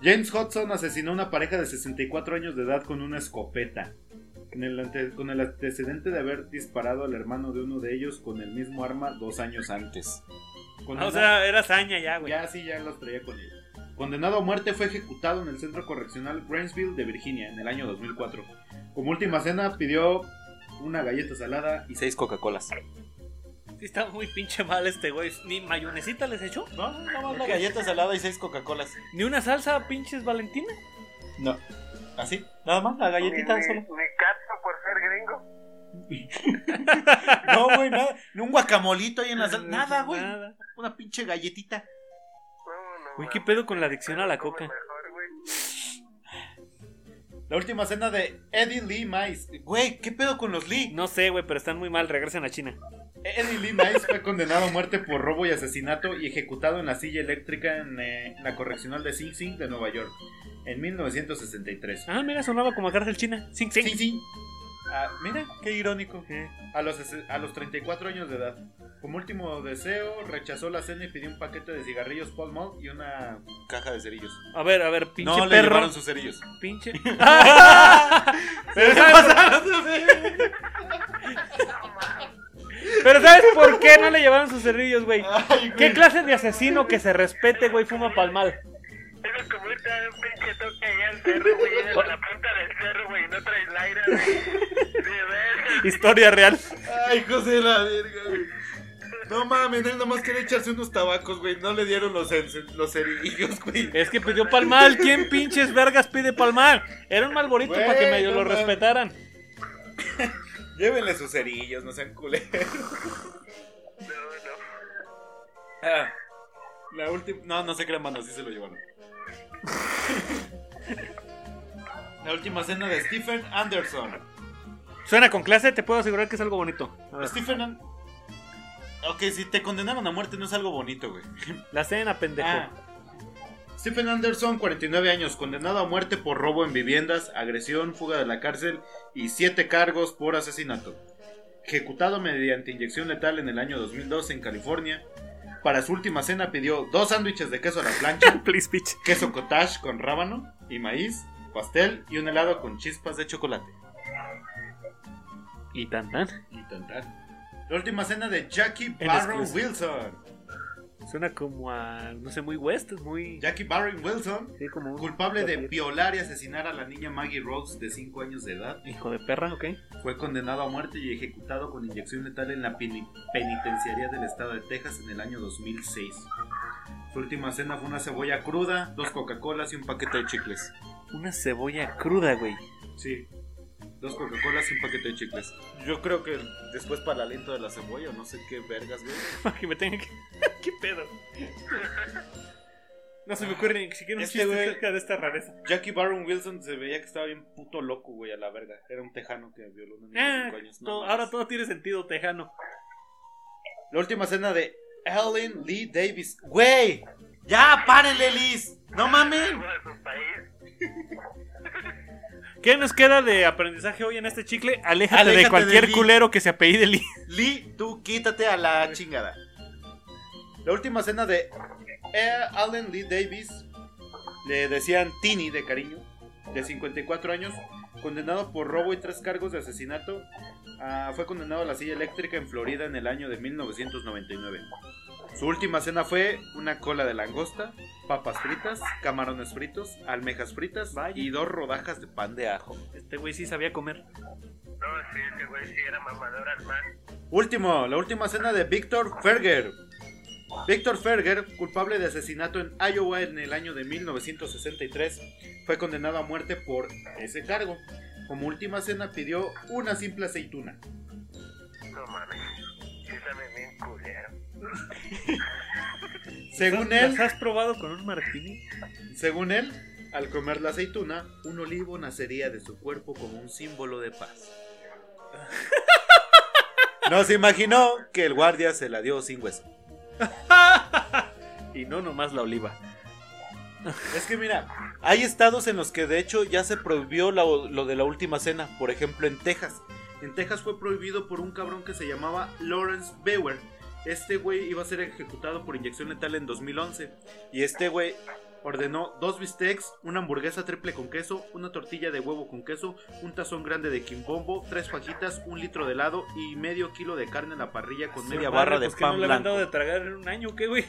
[SPEAKER 1] James Hudson asesinó a una pareja de 64 años de edad con una escopeta. Con el, ante- con el antecedente de haber disparado al hermano de uno de ellos con el mismo arma dos años antes.
[SPEAKER 4] Ah, o
[SPEAKER 1] Condenado-
[SPEAKER 4] sea, era hazaña ya, güey.
[SPEAKER 1] ya sí, ya los traía con él. Condenado a muerte, fue ejecutado en el centro correccional Grantsville de Virginia en el año 2004. Como última cena, pidió una galleta salada y seis Coca-Colas.
[SPEAKER 4] Sí, está muy pinche mal este güey. Ni mayonesita les echó.
[SPEAKER 1] No, nada más la galleta salada y seis Coca-Colas.
[SPEAKER 4] Ni una salsa, pinches Valentina.
[SPEAKER 1] No. ¿Así? Nada más, la
[SPEAKER 3] Ni- ni- Ni cato por ser gringo.
[SPEAKER 1] No, güey, nada. Ni un guacamolito ahí en la sal. Nada, güey.
[SPEAKER 4] Mm, pues Nada.
[SPEAKER 1] Una pinche galletita.
[SPEAKER 3] No, no,
[SPEAKER 4] Güey, qué
[SPEAKER 3] mames,
[SPEAKER 4] pedo con la adicción a la
[SPEAKER 3] come
[SPEAKER 4] coca.
[SPEAKER 3] mejor, güey.
[SPEAKER 1] La última cena de Eddie Lee Mice. Güey, ¿qué pedo con los Lee? E-,
[SPEAKER 4] No sé, güey, pero están muy mal. Regresen a China.
[SPEAKER 1] Eddie Lee Mice fue condenado a muerte por robo y asesinato y ejecutado en la silla eléctrica en eh, la correccional de Sing Sing de Nueva York en 1963.
[SPEAKER 4] Ah, mira, sonaba como a cárcel china. Sing, sing.
[SPEAKER 1] Sing Sing. Ah, mira, qué irónico.
[SPEAKER 4] Eh,
[SPEAKER 1] A los, ses- a los 34 años de edad. Como último deseo, rechazó la cena y pidió un paquete de cigarrillos Pall Mall y una caja de cerillos.
[SPEAKER 4] A ver, a ver, pinche
[SPEAKER 1] no le
[SPEAKER 4] perro.
[SPEAKER 1] llevaron sus cerillos. [LAUGHS]
[SPEAKER 4] Pinche. [LAUGHS] ¡Ah! Pero ¿sabes- Pero ¿sabes por qué
[SPEAKER 1] Ah,
[SPEAKER 4] no le llevaron sus cerrillos, güey? ¿Qué clase de asesino que se respete, güey, fuma palmal?
[SPEAKER 3] Eso es como ir a un pinche toque allá al cerro, güey. Llegas a la punta del cerro, güey, y no traes la aire, güey. De verga.
[SPEAKER 5] Historia real.
[SPEAKER 1] Ay, José de la verga, güey. No mames, él nomás quería echarse unos tabacos, güey. No le dieron los, en- los cerillos, güey.
[SPEAKER 4] Es que pidió palmal. ¿Quién pinches vergas pide palmal? Era un malborito
[SPEAKER 1] Güey,
[SPEAKER 4] para que medio
[SPEAKER 1] no
[SPEAKER 4] lo
[SPEAKER 1] mames.
[SPEAKER 4] respetaran.
[SPEAKER 1] Llévenle sus cerillos, no sean culeros.
[SPEAKER 3] No, no.
[SPEAKER 1] Ah, La última. No, no se crean, mano, sí se lo [LAUGHS] llevaron. La última cena de Stephen Anderson.
[SPEAKER 4] Suena con clase, te puedo asegurar que es algo bonito. A ver.
[SPEAKER 1] Stephen. An- Ok, si te condenaron a muerte no es algo bonito, güey.
[SPEAKER 4] La cena, pendejo.
[SPEAKER 1] Ah. Stephen Anderson, 49 años, condenado a muerte por robo en viviendas, agresión, fuga de la cárcel y 7 cargos por asesinato. Ejecutado mediante inyección letal en el año 2002 en California. Para su última cena pidió dos sándwiches de queso a la plancha, [LAUGHS]
[SPEAKER 4] Please, bitch.
[SPEAKER 1] queso cottage con rábano y maíz, pastel y un helado con chispas de chocolate.
[SPEAKER 4] Y tan tan.
[SPEAKER 1] Y tan, tan. La última cena de Jackie
[SPEAKER 4] En
[SPEAKER 1] Barrow
[SPEAKER 4] exclusiva.
[SPEAKER 1] Wilson.
[SPEAKER 4] Suena como a. No sé, muy west, muy.
[SPEAKER 1] Jackie Barrow Wilson,
[SPEAKER 4] Sí, como un-
[SPEAKER 1] culpable de violar y asesinar a la niña Maggie Rose de 5 años de edad.
[SPEAKER 4] Hijo de perra, ok.
[SPEAKER 1] Fue condenado a muerte y ejecutado con inyección letal en la peni- penitenciaría del estado de Texas en el año 2006. Su última cena fue una cebolla cruda, dos Coca-Colas y un paquete de chicles.
[SPEAKER 4] Una cebolla cruda, güey. [LAUGHS]
[SPEAKER 1] Sí, dos Coca-Colas y un paquete de chicles. Yo creo que después para el aliento de la cebolla, no sé qué vergas, güey.
[SPEAKER 4] que me tenga que. [LAUGHS] ¿Qué pedo? No se me ocurre ni siquiera un
[SPEAKER 1] Este
[SPEAKER 4] chiste
[SPEAKER 1] güey-
[SPEAKER 4] acerca de esta rareza.
[SPEAKER 1] Jackie Barron Wilson se veía que estaba bien puto loco, güey, a la verga. Era un tejano que violó a una niña de
[SPEAKER 4] Ah,
[SPEAKER 1] cinco años. No
[SPEAKER 4] todo-
[SPEAKER 1] mames.
[SPEAKER 4] ahora todo tiene sentido, tejano.
[SPEAKER 1] La última cena de Ellen Lee Davis. ¡Güey! ¡Ya, párenle, Liz! ¡No mames!
[SPEAKER 3] Hijo de su país.
[SPEAKER 4] ¿Qué nos queda de aprendizaje hoy en este chicle? Aléjate,
[SPEAKER 1] Aléjate
[SPEAKER 4] de cualquier
[SPEAKER 1] de Lee.
[SPEAKER 4] culero que se apellide Lee.
[SPEAKER 1] Lee, tú quítate a la chingada. La última cena de eh, Allen Lee Davis, le decían Tini de cariño, de 54 años, condenado por robo y tres cargos de asesinato, ah, fue condenado a la silla eléctrica en Florida en el año de 1999. Su última cena fue una cola de langosta, papas fritas, camarones fritos, almejas fritas
[SPEAKER 4] Vaya.
[SPEAKER 1] y dos rodajas de pan de ajo.
[SPEAKER 4] Este güey sí sabía comer.
[SPEAKER 3] No, sí, ese güey sí era mamador al mar.
[SPEAKER 1] Último, la última cena de Víctor Ferger. Víctor Ferger, culpable de asesinato en Iowa en el año de 1963, fue condenado a muerte por ese cargo. Como última cena pidió una simple aceituna.
[SPEAKER 3] No mames. Sí, sabe bien culero.
[SPEAKER 1] Según él,
[SPEAKER 4] ¿Las has probado con un martini?
[SPEAKER 1] según él, al comer la aceituna, un olivo nacería de su cuerpo como un símbolo de paz. No se imaginó que el guardia se la dio sin hueso.
[SPEAKER 4] Y no nomás la oliva.
[SPEAKER 1] Es que mira, hay estados en los que de hecho ya se prohibió la- lo de la última cena, por ejemplo en Texas. En Texas fue prohibido por un cabrón que se llamaba Lawrence Bauer. Este güey iba a ser ejecutado por inyección letal en 2011. Y este güey ordenó dos bistecs, una hamburguesa triple con queso, una tortilla de huevo con queso, un tazón grande de quimbombo, tres fajitas, un litro de helado y medio kilo de carne en la parrilla con media
[SPEAKER 4] Madre,
[SPEAKER 1] barra de
[SPEAKER 4] pues, ¿qué no
[SPEAKER 1] pan
[SPEAKER 4] le habían
[SPEAKER 1] blanco.
[SPEAKER 4] dado de tragar en un año, ¿qué, güey?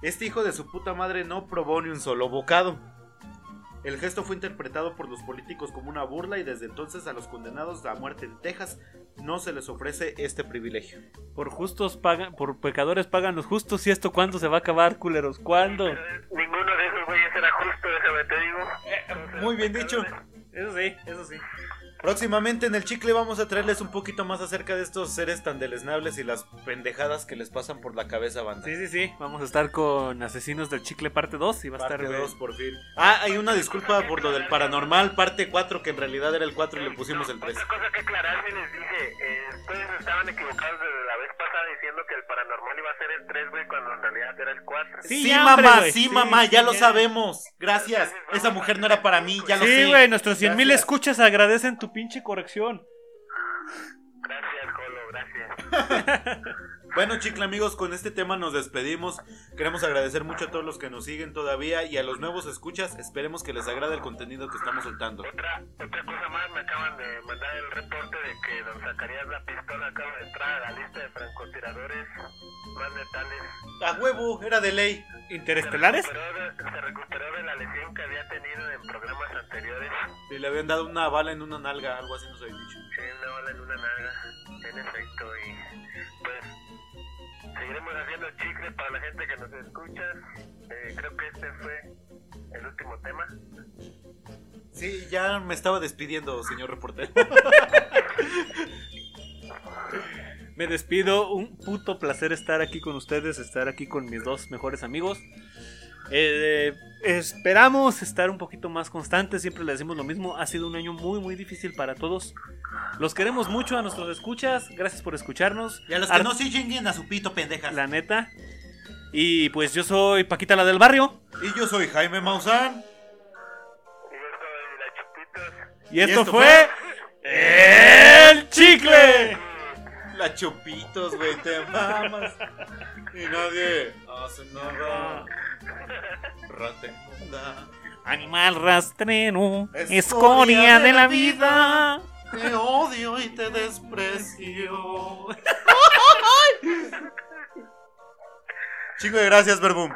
[SPEAKER 1] Este hijo de su puta madre no probó ni un solo bocado. El gesto fue interpretado por los políticos como una burla y desde entonces a los condenados a muerte en Texas no se les ofrece este privilegio.
[SPEAKER 4] Por justos pagan, por pecadores pagan los justos. ¿Y esto cuándo se va a acabar, culeros? ¿Cuándo?
[SPEAKER 3] Pero eh, Ninguno de esos güeyes era justo, déjame te digo.
[SPEAKER 1] Eh, Muy bien dicho.
[SPEAKER 4] Eso sí, eso sí.
[SPEAKER 1] Próximamente en el chicle vamos a traerles un poquito más acerca de estos seres tan deleznables y las pendejadas que les pasan por la cabeza banda.
[SPEAKER 4] Sí, sí, sí. Vamos a estar con Asesinos del Chicle parte 2 y va a
[SPEAKER 1] Parte
[SPEAKER 4] estar...
[SPEAKER 1] 2 por fin. Ah, hay una disculpa por lo del paranormal, parte 4 que en realidad era el 4 y le pusimos el 3.
[SPEAKER 3] Otra cosa que aclarar, si les dije, eh, ustedes estaban equivocados desde la vez pasada diciendo que el paranormal iba a ser el 3, güey, cuando en realidad era el 4.
[SPEAKER 4] Sí,
[SPEAKER 1] Sí,
[SPEAKER 4] ya, hombre,
[SPEAKER 1] mamá,
[SPEAKER 4] güey.
[SPEAKER 1] sí,
[SPEAKER 4] Sí,
[SPEAKER 1] mamá, ya lo
[SPEAKER 4] ya.
[SPEAKER 1] sabemos. Gracias. Esa mujer no era para mí, ya lo sé.
[SPEAKER 4] Sí, güey, nuestros 100.000
[SPEAKER 1] Gracias.
[SPEAKER 4] escuchas agradecen tu pinche corrección.
[SPEAKER 3] Gracias, Colo, gracias.
[SPEAKER 1] Bueno, chicle amigos, con este tema nos despedimos. Queremos agradecer mucho a todos los que nos siguen todavía y a los nuevos escuchas. Esperemos que les agrade el contenido que estamos soltando.
[SPEAKER 3] Otra, otra cosa más, me acaban de mandar el reporte de que don Zacarías la pistola acaba de entrar a la lista de francotiradores más letales.
[SPEAKER 1] A huevo, era de ley.
[SPEAKER 4] ¿Interestelares?
[SPEAKER 3] Se recuperó de, se recuperó anteriores.
[SPEAKER 1] Sí, le habían dado una bala en una nalga, algo así nos habían dicho.
[SPEAKER 3] Sí, una bala en una nalga, en efecto. Y pues seguiremos haciendo chicle para la gente que nos escucha. Eh, creo que este fue el último tema.
[SPEAKER 1] Sí, ya me estaba despidiendo, señor reportero.
[SPEAKER 4] Me despido, un puto placer estar aquí con ustedes, estar aquí con mis dos mejores amigos. Eh, esperamos estar un poquito más constantes, siempre le decimos lo mismo, ha sido un año muy muy difícil para todos. Los queremos mucho a nuestros escuchas, gracias por escucharnos,
[SPEAKER 1] Y a los que
[SPEAKER 4] Ar-
[SPEAKER 1] no sí chinguen a su pito, pendejas.
[SPEAKER 4] la neta. Y pues yo soy Paquita la del barrio.
[SPEAKER 1] Y yo soy Jaime Maussan.
[SPEAKER 3] Y yo soy la Chupitos.
[SPEAKER 4] Y esto, fue El Chicle.
[SPEAKER 1] La chupitos, güey, te mamas. Y nadie hace nada. Ratecunda.
[SPEAKER 4] Animal rastrero,
[SPEAKER 1] Escoria
[SPEAKER 4] escoria de la vida.
[SPEAKER 1] Te odio y te desprecio. Chingo de gracias, Verbum.